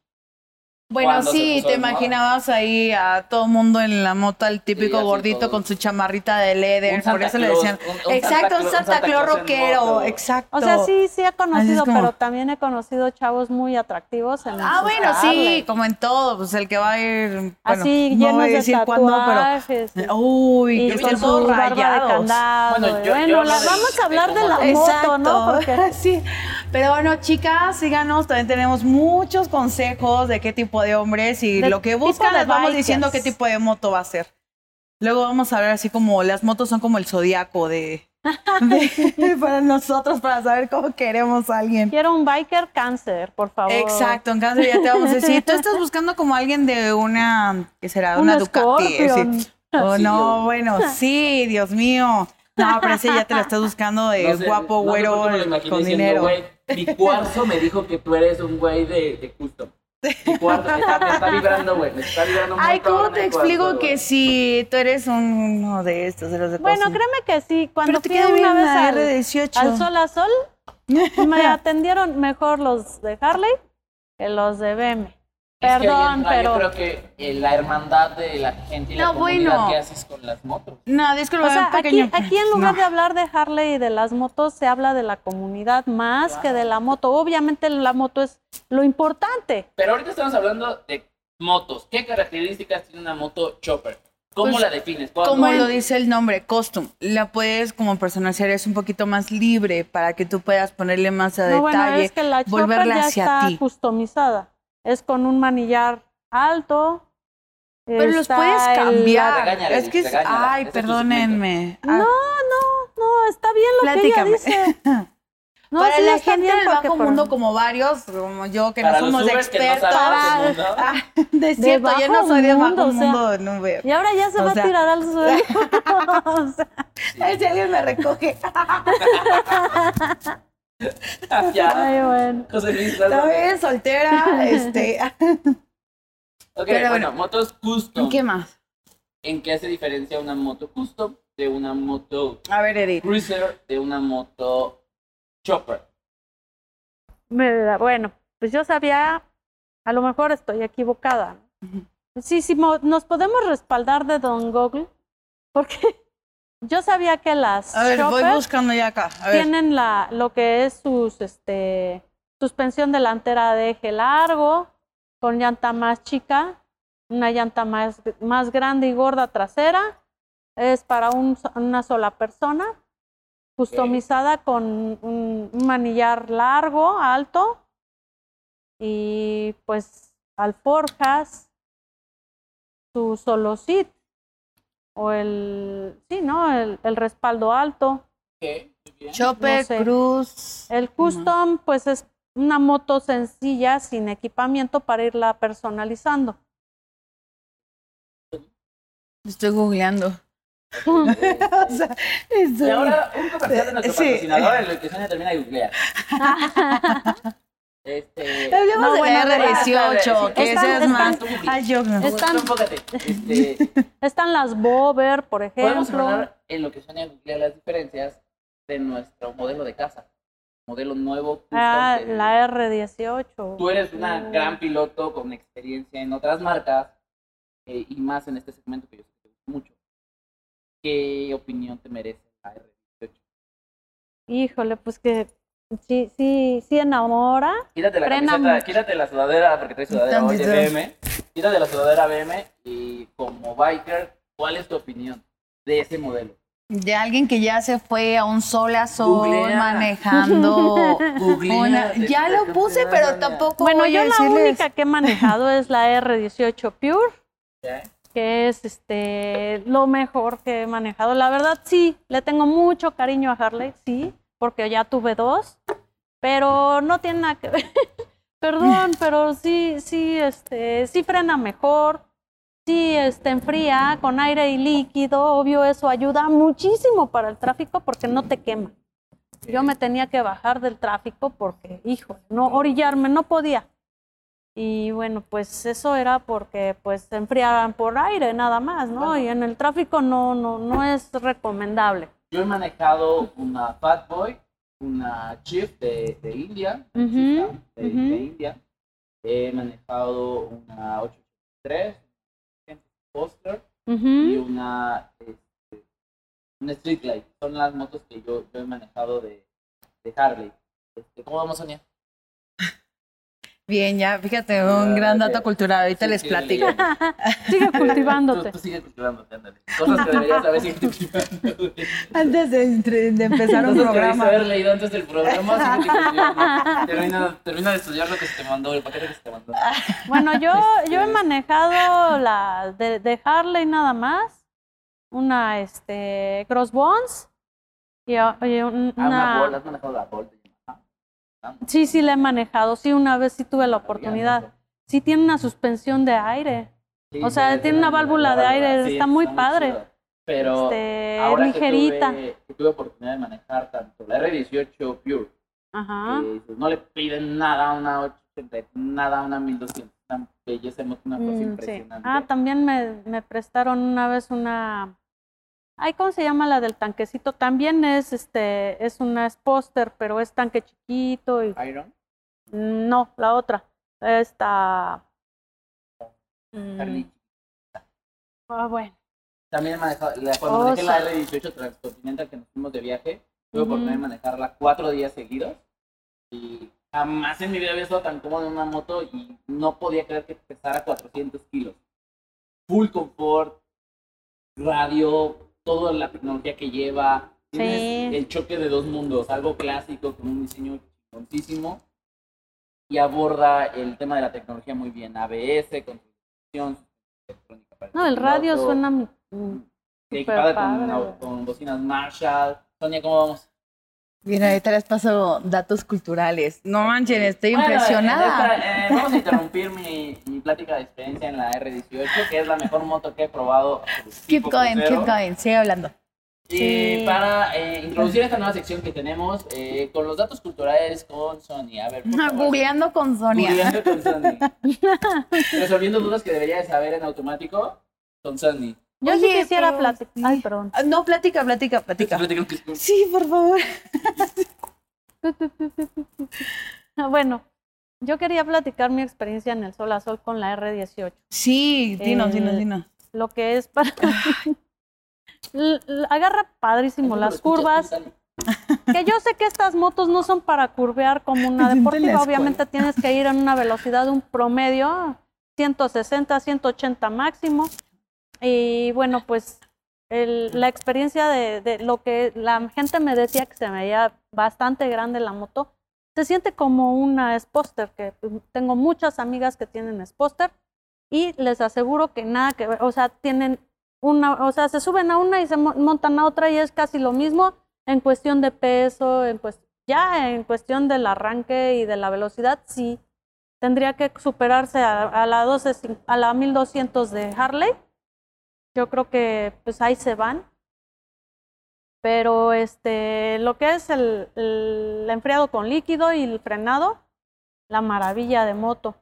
Speaker 3: Bueno,
Speaker 1: cuando se
Speaker 3: sí,
Speaker 1: puso
Speaker 3: te
Speaker 1: de moda.
Speaker 3: imaginabas ahí a todo mundo en la moto, al típico
Speaker 1: así
Speaker 3: gordito
Speaker 1: todo.
Speaker 3: con su chamarrita de
Speaker 1: Un
Speaker 3: leather,
Speaker 1: Santa
Speaker 3: por eso le
Speaker 1: Claus,
Speaker 3: decían...
Speaker 1: un- un
Speaker 3: exacto,
Speaker 1: Santa
Speaker 3: un
Speaker 1: Claus- un
Speaker 3: Santa Claus
Speaker 1: en moto.
Speaker 3: rockero, exacto.
Speaker 2: o sea, sí, sí he conocido,
Speaker 3: como-
Speaker 2: pero también he conocido chavos muy atractivos en
Speaker 3: Ah,
Speaker 2: sus
Speaker 3: bueno, sí,
Speaker 2: Harley.
Speaker 3: como en todo, pues el que va a ir... Bueno,
Speaker 2: Así
Speaker 3: no
Speaker 2: llenos
Speaker 3: voy a
Speaker 2: de
Speaker 3: decir cuándo, eh,
Speaker 2: tatuajes.
Speaker 3: pero... Uy,
Speaker 2: y
Speaker 3: que
Speaker 2: con
Speaker 3: están
Speaker 2: su
Speaker 3: todos
Speaker 2: barba de
Speaker 3: rayados.
Speaker 2: candado.
Speaker 1: Bueno,
Speaker 2: y
Speaker 1: yo- yo
Speaker 2: Bueno,
Speaker 1: hablo
Speaker 2: la-
Speaker 1: del-
Speaker 2: vamos
Speaker 1: de
Speaker 2: a hablar de la
Speaker 1: cómo-
Speaker 2: moto, ¿no? Porque
Speaker 3: sí. Pero bueno, chicas, síganos. También tenemos muchos consejos de qué tipo de hombres y
Speaker 4: De
Speaker 3: lo que buscan.
Speaker 4: tipo de
Speaker 3: Les vamos
Speaker 4: bikers.
Speaker 3: diciendo qué tipo de moto va a ser. Luego vamos a ver así como las motos son como el zodiaco de, de- para nosotros para saber cómo queremos a alguien.
Speaker 2: Quiero un biker cáncer, por favor.
Speaker 3: Exacto, en cambio ya te vamos a decir, tú estás buscando como alguien de una, ¿qué será?
Speaker 2: Un
Speaker 3: Una Ducati.
Speaker 2: Scorpion.
Speaker 3: sí. Oh,
Speaker 1: Sí,
Speaker 3: no,
Speaker 1: yo-
Speaker 3: bueno, sí, Dios mío. No, pero ese ya te lo estás buscando de
Speaker 1: No sé,
Speaker 3: guapo,
Speaker 1: no sé
Speaker 3: güero,
Speaker 1: por qué me lo imaginé
Speaker 3: con
Speaker 1: diciendo,
Speaker 3: dinero.
Speaker 1: "Güey, mi cuarzo me dijo que tú eres un güey de, de custom. Mi cuarzo me está, me está vibrando, güey. Me está vibrando muy
Speaker 3: Ay, ¿cómo
Speaker 1: cabrón
Speaker 3: te
Speaker 1: el cuarzo,
Speaker 3: explico
Speaker 1: güey.
Speaker 3: que si tú eres uno de estos, de los de
Speaker 2: Bueno,
Speaker 3: Cosmo?
Speaker 2: créeme que sí.
Speaker 3: Pero
Speaker 2: Cuando
Speaker 3: te
Speaker 2: fui
Speaker 3: queda bien
Speaker 2: una vez
Speaker 3: la
Speaker 2: al,
Speaker 3: R18.
Speaker 2: al sol a sol, me atendieron mejor los de Harley que los de BM.
Speaker 1: Es que ahí
Speaker 2: Perdón,
Speaker 1: entra,
Speaker 2: pero.
Speaker 1: Yo creo que eh, la hermandad de la gente y la
Speaker 3: No,
Speaker 1: comunidad
Speaker 3: bueno.
Speaker 1: que haces con las motos.
Speaker 3: No, disculpa,
Speaker 2: O sea,
Speaker 3: un
Speaker 2: aquí,
Speaker 3: pequeño.
Speaker 2: aquí en lugar
Speaker 3: No.
Speaker 2: de hablar de Harley y de las motos, se habla de la comunidad más que de la moto. Obviamente la moto es lo importante.
Speaker 1: Pero ahorita estamos hablando de motos. ¿Qué características tiene una moto chopper? ¿Cómo
Speaker 3: Pues,
Speaker 1: la defines? ¿Cuándo?
Speaker 3: Como lo dice el nombre, costume, la puedes como personalizar, es un poquito más libre para que tú puedas ponerle más a
Speaker 2: No, bueno,
Speaker 3: detalle,
Speaker 2: es que la chopper
Speaker 3: volverla
Speaker 2: ya
Speaker 3: hacia
Speaker 2: está
Speaker 3: ti.
Speaker 2: customizada. Es con un manillar alto.
Speaker 3: Pero los
Speaker 2: está
Speaker 3: puedes
Speaker 2: el-
Speaker 3: cambiar.
Speaker 1: Regáñala,
Speaker 3: es que es-
Speaker 1: regáñala,
Speaker 3: ay,
Speaker 1: ese es tu
Speaker 3: perdónenme.
Speaker 2: No, no, no, está bien lo
Speaker 3: Platícame.
Speaker 2: que ella dice. No,
Speaker 3: para
Speaker 2: sí
Speaker 3: la
Speaker 2: está
Speaker 3: gente
Speaker 2: bien
Speaker 3: del
Speaker 2: porque
Speaker 3: bajo
Speaker 2: por-
Speaker 3: mundo como varios, como yo que
Speaker 1: Para
Speaker 3: no
Speaker 1: los
Speaker 3: somos
Speaker 1: Ubers que no
Speaker 3: expertos.
Speaker 1: saben de mundo.
Speaker 3: Ah, de cierto, yo no
Speaker 2: bajo
Speaker 3: soy de bajo
Speaker 2: mundo, o sea.
Speaker 3: mundo, no veo.
Speaker 2: Y ahora ya se
Speaker 3: O
Speaker 2: va
Speaker 3: sea-
Speaker 2: a tirar al suelo. O sea,
Speaker 3: A ver si alguien me recoge.
Speaker 1: ya.
Speaker 2: ay, bueno.
Speaker 1: José Luis,
Speaker 3: Está
Speaker 1: lánzame.
Speaker 3: bien, soltera, este.
Speaker 1: Ok,
Speaker 3: Pero
Speaker 1: bueno, motos custom.
Speaker 3: ¿Qué más?
Speaker 1: ¿En qué se diferencia una moto custom de una moto
Speaker 3: A ver, Edith.
Speaker 1: cruiser, de una moto chopper?
Speaker 2: Mira, Bueno, pues yo sabía, a lo mejor estoy equivocada. ¿no? Sí, sí, mo- nos podemos respaldar de Don Google, porque yo sabía que las
Speaker 3: A ver, voy
Speaker 2: choppers
Speaker 3: buscando ya acá. A ver.
Speaker 2: tienen la, lo que es sus, este, suspensión delantera de eje largo, con llanta más chica, una llanta más, más grande y gorda trasera, es para un so- una sola persona, customizada con un, un manillar largo, alto, y pues alforjas, su solo sit, o el, sí, ¿no? El, el respaldo alto.
Speaker 1: Ok, muy bien.
Speaker 3: Chopper,
Speaker 2: no sé.
Speaker 3: Cruz.
Speaker 2: El custom, pues es una moto sencilla sin equipamiento para irla personalizando.
Speaker 3: Estoy googleando. O sea,
Speaker 1: Y
Speaker 3: estoy-
Speaker 1: ahora un comercial de nuestro
Speaker 3: Sí.
Speaker 1: patrocinador en lo que Sonia termina de googlear. este,
Speaker 3: Hablemos
Speaker 2: No,
Speaker 3: de
Speaker 2: bueno,
Speaker 3: la R18,
Speaker 1: bueno,
Speaker 3: que
Speaker 2: están-
Speaker 3: ese es más.
Speaker 1: están-
Speaker 3: Ay, yo no.
Speaker 1: tú-
Speaker 2: están-
Speaker 1: tú enfócate. Este,
Speaker 2: Están las Bober, por
Speaker 1: podemos
Speaker 2: ejemplo.
Speaker 1: hablar en lo que Sonia googlea las diferencias de nuestro modelo de casa. Modelo nuevo. custom
Speaker 2: Ah,
Speaker 1: que-
Speaker 2: la R18.
Speaker 1: Tú eres una gran piloto con experiencia en otras marcas eh, y más en este segmento que yo sé que te gusta mucho. ¿Qué opinión te merece la R18?
Speaker 2: Híjole, pues que sí, sí, sí enamora.
Speaker 1: Quítate la
Speaker 2: Frena
Speaker 1: camiseta,
Speaker 2: mucho.
Speaker 1: quítate la sudadera, porque traes sudadera, oye,
Speaker 3: Tantito.
Speaker 1: BM. Quítate la sudadera BM y como biker, ¿cuál es tu opinión de ese modelo?
Speaker 3: De alguien que ya se fue a un sol a sol
Speaker 1: Googlea.
Speaker 3: manejando. una-
Speaker 1: Googleate,
Speaker 3: ya lo
Speaker 1: ¿qué
Speaker 3: puse,
Speaker 1: opinas,
Speaker 3: pero
Speaker 1: Sonia?
Speaker 3: tampoco.
Speaker 2: Bueno,
Speaker 3: voy
Speaker 2: yo
Speaker 3: a
Speaker 2: la
Speaker 3: decirles.
Speaker 2: única que he manejado es la R18 Pure,
Speaker 1: ¿Ya?
Speaker 2: que es este lo mejor que he manejado. La verdad, sí, le tengo mucho cariño a Harley, sí, porque ya tuve dos, pero no tiene nada que ver. Perdón, pero sí, sí, este, sí frena mejor, sí, este, enfría con aire y líquido, obvio eso ayuda muchísimo para el tráfico porque no te quema. Yo me tenía que bajar del tráfico porque, hijo, no orillarme, no podía. Y bueno, pues eso era porque pues se enfriaban por aire nada más, ¿no? Y en el tráfico no, no, no es recomendable.
Speaker 1: Yo he manejado una Fat Boy, una Chief de, de India, una
Speaker 2: Ujú,
Speaker 1: Cheetah de,
Speaker 2: ujú.
Speaker 1: de India. He manejado una 883, una Poster y
Speaker 2: Ujú.
Speaker 1: una, este, una Streetlight. Son las motos que yo, yo he manejado de, de Harley. Este, ¿Cómo vamos, Sonia?
Speaker 3: Bien, ya, fíjate, un gran dato cultural. Ahorita les
Speaker 1: Sí,
Speaker 3: platico.
Speaker 1: sí, sí.
Speaker 2: Sigue cultivándote.
Speaker 1: Tú, tú sigue cultivándote, ándale. Cosas que deberías haber sigue cultivando.
Speaker 3: Antes de, entre- de empezar un
Speaker 1: Cosas que debiste
Speaker 3: programa.
Speaker 1: haber leído antes del programa. sigue cultivando. termina, termina de estudiar lo que se te mandó, el paquete que se te mandó.
Speaker 2: Ah, Bueno, yo, yo he
Speaker 1: Este-
Speaker 2: manejado la de, de Harley nada más, una este, Crossbones y, a- y un-
Speaker 1: Ah, una bola,
Speaker 2: una...
Speaker 1: has manejado la bola. Ah,
Speaker 2: Sí, sí, la he manejado, sí, una vez sí tuve la
Speaker 1: bien,
Speaker 2: oportunidad.
Speaker 1: ¿no?
Speaker 2: Sí tiene una suspensión de aire,
Speaker 1: Sí,
Speaker 2: O sea,
Speaker 1: sí, sí,
Speaker 2: tiene una
Speaker 1: la- la
Speaker 2: válvula de aire, está muy padre.
Speaker 1: chida. Pero
Speaker 2: este,
Speaker 1: ahora
Speaker 2: ligerita.
Speaker 1: Que, tuve, que tuve oportunidad de manejar tanto la R18 Pure,
Speaker 2: Ajá.
Speaker 1: que pues, no le piden nada a una 880, nada a una 1200, una belleza, una cosa
Speaker 2: Mm, sí.
Speaker 1: impresionante.
Speaker 2: Ah, también me, me prestaron una vez una... Ay, ¿cómo se llama la del tanquecito? También es este, es una es póster, pero es tanque chiquito y
Speaker 1: Iron,
Speaker 2: No, la otra. Esta. mm,
Speaker 1: Harley.
Speaker 2: ah, bueno.
Speaker 1: También he manejado, la- cuando
Speaker 2: Oh,
Speaker 1: manejé la
Speaker 2: sí.
Speaker 1: R18 Transcontinental que nos fuimos de viaje, tuve
Speaker 2: Ujú.
Speaker 1: oportunidad de manejarla cuatro días seguidos y jamás en mi vida había estado tan cómodo en una moto y no podía creer que pesara 400 kilos. Full confort, radio, toda la tecnología que lleva. Tienes
Speaker 2: Sí.
Speaker 1: el choque de dos mundos, algo clásico con un diseño chingoncísimo y aborda el tema de la tecnología muy bien. ABS, construcción, electrónica. para
Speaker 2: No, el radio
Speaker 1: auto,
Speaker 2: suena. mm, mm,
Speaker 1: equipada
Speaker 2: Superpadre.
Speaker 1: con, au- con bocinas Marshall. Sonia, ¿cómo vamos?
Speaker 3: Bien, ahorita les paso datos culturales. No manchen, estoy
Speaker 1: Bueno,
Speaker 3: impresionada.
Speaker 1: en esta, eh, vamos a interrumpir mi, mi plática de experiencia en la R18, que es la mejor moto que he probado.
Speaker 3: Keep
Speaker 1: tipo
Speaker 3: going,
Speaker 1: crucero.
Speaker 3: keep going. Sigue hablando.
Speaker 1: Y para eh, introducir esta nueva sección que tenemos, eh, con los datos culturales con Sonia. A ver, por favor.
Speaker 3: Ah, Googleando con Sonia.
Speaker 1: Googleando con Sonia. Resolviendo dudas que debería de saber en automático con Sonia.
Speaker 2: Yo sí
Speaker 3: Oye,
Speaker 2: quisiera
Speaker 3: pero-
Speaker 2: platicar. Ay, perdón.
Speaker 3: Ah, No, plática, plática, plática. Sí, por favor.
Speaker 2: Bueno, yo quería platicar mi experiencia en el sol a sol con la R18.
Speaker 3: Sí, dinos, dinos,
Speaker 2: El-
Speaker 3: dinos.
Speaker 2: Lo que es para. L- l- Agarra padrísimo las curvas. Que yo sé que estas motos no son para curvear como una
Speaker 3: Gente en la
Speaker 2: deportiva,
Speaker 3: escuela.
Speaker 2: obviamente tienes que ir en una velocidad un promedio 160, 180 máximo. Y bueno, pues el- la experiencia de, de lo que la gente me decía que se me veía bastante grande la moto, se siente como una Sposter, que tengo muchas amigas que tienen Sposter y les aseguro que nada que ver, o sea, tienen una, o sea, se suben a una y se mo- montan a otra y es casi lo mismo en cuestión de peso, en cues- ya en cuestión del arranque y de la velocidad, sí, tendría que superarse a, a la 12, cin- a la 1200 de Harley. Yo creo que pues ahí se van. Pero este, lo que es el, el enfriado con líquido y el frenado, la maravilla de moto.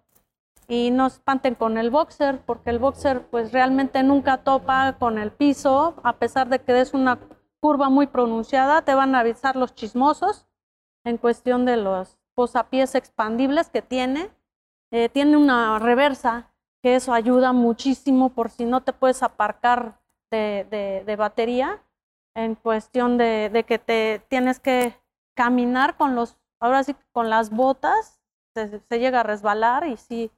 Speaker 2: Y no espanten con el boxer, porque el boxer pues realmente nunca topa con el piso, a pesar de que es una curva muy pronunciada, te van a avisar los chismosos en cuestión de los posapiés expandibles que tiene. Eh, tiene una reversa, que eso ayuda muchísimo por si no te puedes aparcar de, de- de batería, en cuestión de, de que te tienes que caminar con los, ahora sí, que con las botas, se, se llega a resbalar y sí,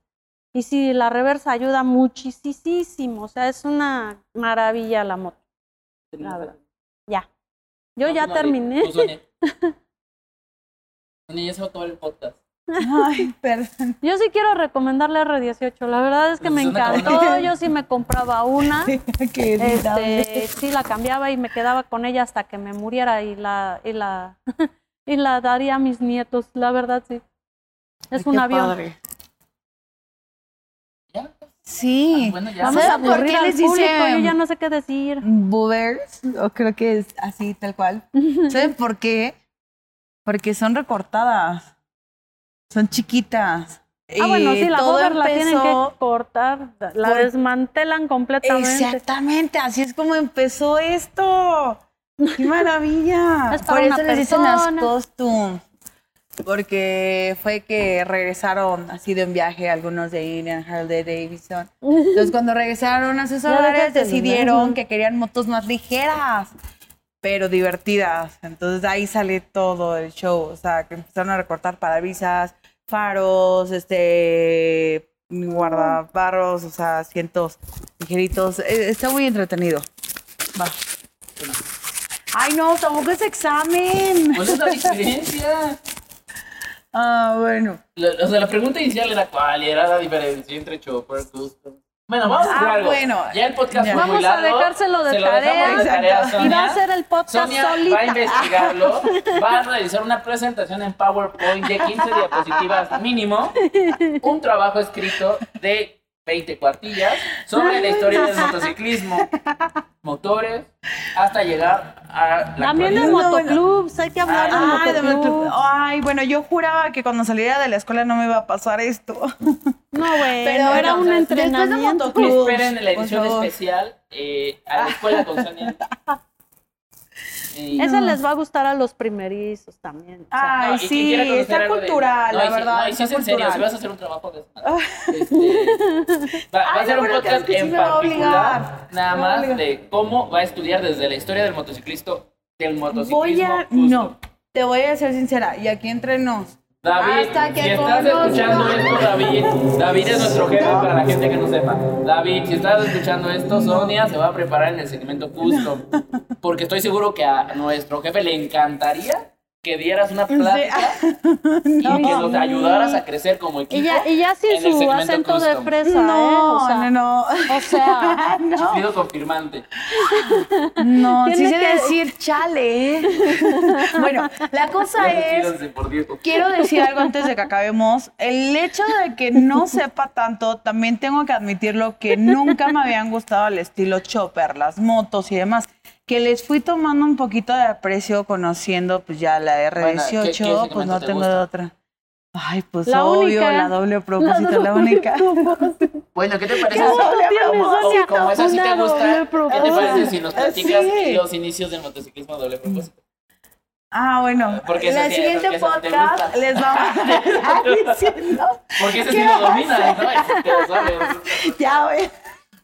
Speaker 2: y sí, la reversa ayuda muchísimo, o sea, es una maravilla la moto. La verdad. Ya. Yo
Speaker 1: pues,
Speaker 2: ya terminé.
Speaker 1: Sonia. Sonia, ya se va a acabar el podcast.
Speaker 3: Ay, perdón.
Speaker 2: Yo sí quiero recomendarle R18. La verdad es que
Speaker 1: Pues
Speaker 2: me
Speaker 1: es una
Speaker 2: encantó. Yo sí me compraba una.
Speaker 3: Qué
Speaker 2: Este, sí la cambiaba y me quedaba con ella hasta que me muriera y la y la y la daría a mis nietos. La verdad sí. Es un avión.
Speaker 1: ¿Ya?
Speaker 3: Sí.
Speaker 1: Bueno, ya.
Speaker 2: Vamos a
Speaker 3: ¿Saben por
Speaker 2: aburrir
Speaker 3: qué
Speaker 2: al
Speaker 3: les hice-
Speaker 2: público. Yo ya no sé qué decir.
Speaker 3: Boobers, o creo que es así, tal cual. ¿Saben por qué? Porque son recortadas. Son chiquitas.
Speaker 2: Ah, bueno, sí, la bober la tienen que cortar, la
Speaker 3: por-
Speaker 2: desmantelan completamente.
Speaker 3: Exactamente, así es como empezó esto. ¡Qué maravilla!
Speaker 2: Es para
Speaker 3: Por
Speaker 2: una
Speaker 3: eso les dicen las
Speaker 2: persona.
Speaker 3: costumes. Porque fue que regresaron así de un viaje algunos de Indian Harley Davidson. Entonces, cuando regresaron a sus
Speaker 2: Ya
Speaker 3: hogares,
Speaker 2: dejaste de
Speaker 3: decidieron
Speaker 2: hablar.
Speaker 3: que querían motos más ligeras, pero divertidas. Entonces, de ahí sale todo el show. O sea, que empezaron a recortar parabrisas, faros, este guardabarros, o sea, asientos ligeritos. Eh, Está muy entretenido. Va.
Speaker 4: Ay, no, tampoco es examen.
Speaker 1: Pues es la diferencia.
Speaker 3: Ah, bueno.
Speaker 1: La- O sea, la pregunta inicial era cuál era la diferencia entre chopper, custom. Bueno, vamos a hacer
Speaker 3: Ah,
Speaker 1: algo.
Speaker 3: bueno.
Speaker 1: Ya el podcast
Speaker 3: Ya.
Speaker 1: fue muy
Speaker 2: Vamos a
Speaker 1: largo.
Speaker 2: dejárselo de
Speaker 1: Se lo dejamos
Speaker 2: tarea.
Speaker 1: de tarea,
Speaker 3: Exacto.
Speaker 2: Y
Speaker 1: Sonia.
Speaker 2: va a hacer el podcast
Speaker 1: Sonia va a
Speaker 2: solita.
Speaker 1: investigarlo, va a realizar una presentación en PowerPoint de 15 diapositivas mínimo, un trabajo escrito de 20 cuartillas sobre la historia del motociclismo, motores, hasta llegar a la
Speaker 2: También
Speaker 1: actualidad.
Speaker 3: No,
Speaker 2: del
Speaker 3: bueno.
Speaker 2: motoclubs, hay que hablar del
Speaker 3: Ay, Ah, de
Speaker 2: motoclubs.
Speaker 3: motoclub. Ay, bueno, yo juraba que cuando saliera de la escuela no me iba a pasar esto.
Speaker 2: No, güey, pero
Speaker 3: Pero
Speaker 2: era
Speaker 1: bueno,
Speaker 2: un
Speaker 1: después de
Speaker 2: entrenamiento.
Speaker 3: motoclub.
Speaker 1: Esperen en la
Speaker 3: Por
Speaker 1: edición
Speaker 3: favor.
Speaker 1: especial eh, a la escuela con Sonia. Y-
Speaker 2: Esa les va a gustar a los primerizos también. o
Speaker 1: No,
Speaker 2: sea,
Speaker 3: Ay,
Speaker 1: y quien
Speaker 3: sí,
Speaker 1: quiera conocer
Speaker 3: está
Speaker 1: algo de-
Speaker 3: cultural,
Speaker 1: No, y
Speaker 3: la
Speaker 1: sí-
Speaker 3: verdad.
Speaker 1: No, y sí
Speaker 3: está
Speaker 1: es en serio, si
Speaker 3: cultural.
Speaker 1: vas a hacer un trabajo de esa madre, este, va, va a
Speaker 3: Ay,
Speaker 1: ser
Speaker 3: no,
Speaker 1: un
Speaker 3: pero
Speaker 1: podcast
Speaker 3: creo que sí
Speaker 1: en
Speaker 3: me va a
Speaker 1: particular,
Speaker 3: obligar.
Speaker 1: nada
Speaker 3: Me va a
Speaker 1: más
Speaker 3: obligar.
Speaker 1: de cómo va a estudiar desde la historia del motociclista, del motociclismo.
Speaker 3: Voy a.
Speaker 1: justo.
Speaker 3: No, te voy a ser sincera. Y aquí entre nos.
Speaker 1: David,
Speaker 4: Hasta que
Speaker 1: si estás
Speaker 4: conozca.
Speaker 1: escuchando esto, David, David es nuestro jefe para la gente que no sepa. David, si estás escuchando esto, Sonia se va a preparar en el segmento custom, porque estoy seguro que a nuestro jefe le encantaría que dieras una plática y que nos ayudaras a crecer como equipo.
Speaker 2: Y ya, y ya sin
Speaker 1: en el
Speaker 2: su
Speaker 1: segmento
Speaker 2: acento de
Speaker 1: custom.
Speaker 2: fresa, ¿eh? O
Speaker 3: No,
Speaker 2: sea,
Speaker 3: no, no.
Speaker 2: o sea,
Speaker 1: Despido confirmante.
Speaker 3: No,
Speaker 2: Tiene
Speaker 3: sí sé
Speaker 2: que-
Speaker 3: decir chale. ¿eh? bueno, la cosa es.
Speaker 1: Despídanse, por Dios.
Speaker 3: Quiero decir algo antes de que acabemos. El hecho de que no sepa tanto, también tengo que admitirlo que nunca me habían gustado el estilo chopper, las motos y demás. Que les fui tomando un poquito de aprecio conociendo pues ya la
Speaker 1: Bueno, ¿qué- qué
Speaker 3: R18, pues
Speaker 1: segmento
Speaker 3: no
Speaker 1: te
Speaker 3: tengo
Speaker 1: gusta?
Speaker 3: de otra. Ay, pues
Speaker 2: La
Speaker 3: obvio,
Speaker 2: única.
Speaker 3: la doble propósito,
Speaker 2: doble
Speaker 3: la única.
Speaker 1: Bueno, ¿qué te parece?
Speaker 2: ¿Qué solo tienes,
Speaker 1: como,
Speaker 2: Sonia?
Speaker 1: como esa sí te
Speaker 2: Una
Speaker 1: gusta,
Speaker 2: doble
Speaker 1: ¿qué te parece si nos
Speaker 3: propósito.
Speaker 1: platicas
Speaker 3: Sí.
Speaker 1: los inicios del motociclismo a doble propósito?
Speaker 3: Ah, bueno.
Speaker 1: Porque
Speaker 3: en
Speaker 1: eso
Speaker 3: el
Speaker 1: sí es,
Speaker 3: siguiente
Speaker 1: porque eso sí te
Speaker 3: podcast
Speaker 1: gusta.
Speaker 3: les vamos a estar diciendo.
Speaker 1: Porque ese sí lo dominas, ¿no? Ese sí te lo sabes.
Speaker 3: Ya, güey.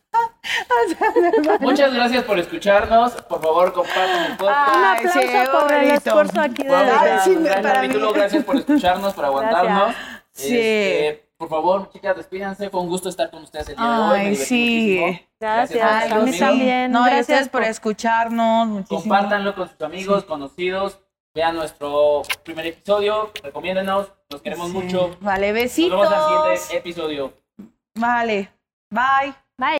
Speaker 3: O sea, me va-
Speaker 1: Muchas gracias por escucharnos. Por favor, compartan el podcast.
Speaker 2: un
Speaker 3: Ay,
Speaker 2: aplauso
Speaker 3: sí, qué
Speaker 2: por el
Speaker 3: bonito.
Speaker 2: esfuerzo aquí de
Speaker 1: Fue un
Speaker 3: Ay,
Speaker 1: gran-
Speaker 3: sí,
Speaker 1: un
Speaker 3: me-
Speaker 1: gran
Speaker 3: para mí.
Speaker 1: capítulo. Gracias por escucharnos, por aguantarnos.
Speaker 3: Sí.
Speaker 1: Este, por favor, chicas, despídanse. Fue un gusto estar con ustedes el día de hoy. Me
Speaker 3: Ay,
Speaker 1: divertí
Speaker 3: sí.
Speaker 1: muchísimo.
Speaker 2: Gracias,
Speaker 1: Gracias
Speaker 3: Ay,
Speaker 1: por
Speaker 2: a mí
Speaker 1: estar conmigo.
Speaker 2: también.
Speaker 3: No,
Speaker 2: gracias
Speaker 3: gracias por
Speaker 2: por-
Speaker 3: escucharnos. Muchísimo.
Speaker 1: Compártanlo con sus amigos, conocidos. Vean nuestro primer episodio. Recomiéndenos. Los queremos
Speaker 3: Sí.
Speaker 1: mucho. Nos
Speaker 3: Vale,
Speaker 1: vemos en el
Speaker 3: besitos.
Speaker 1: siguiente episodio.
Speaker 3: Vale. Bye.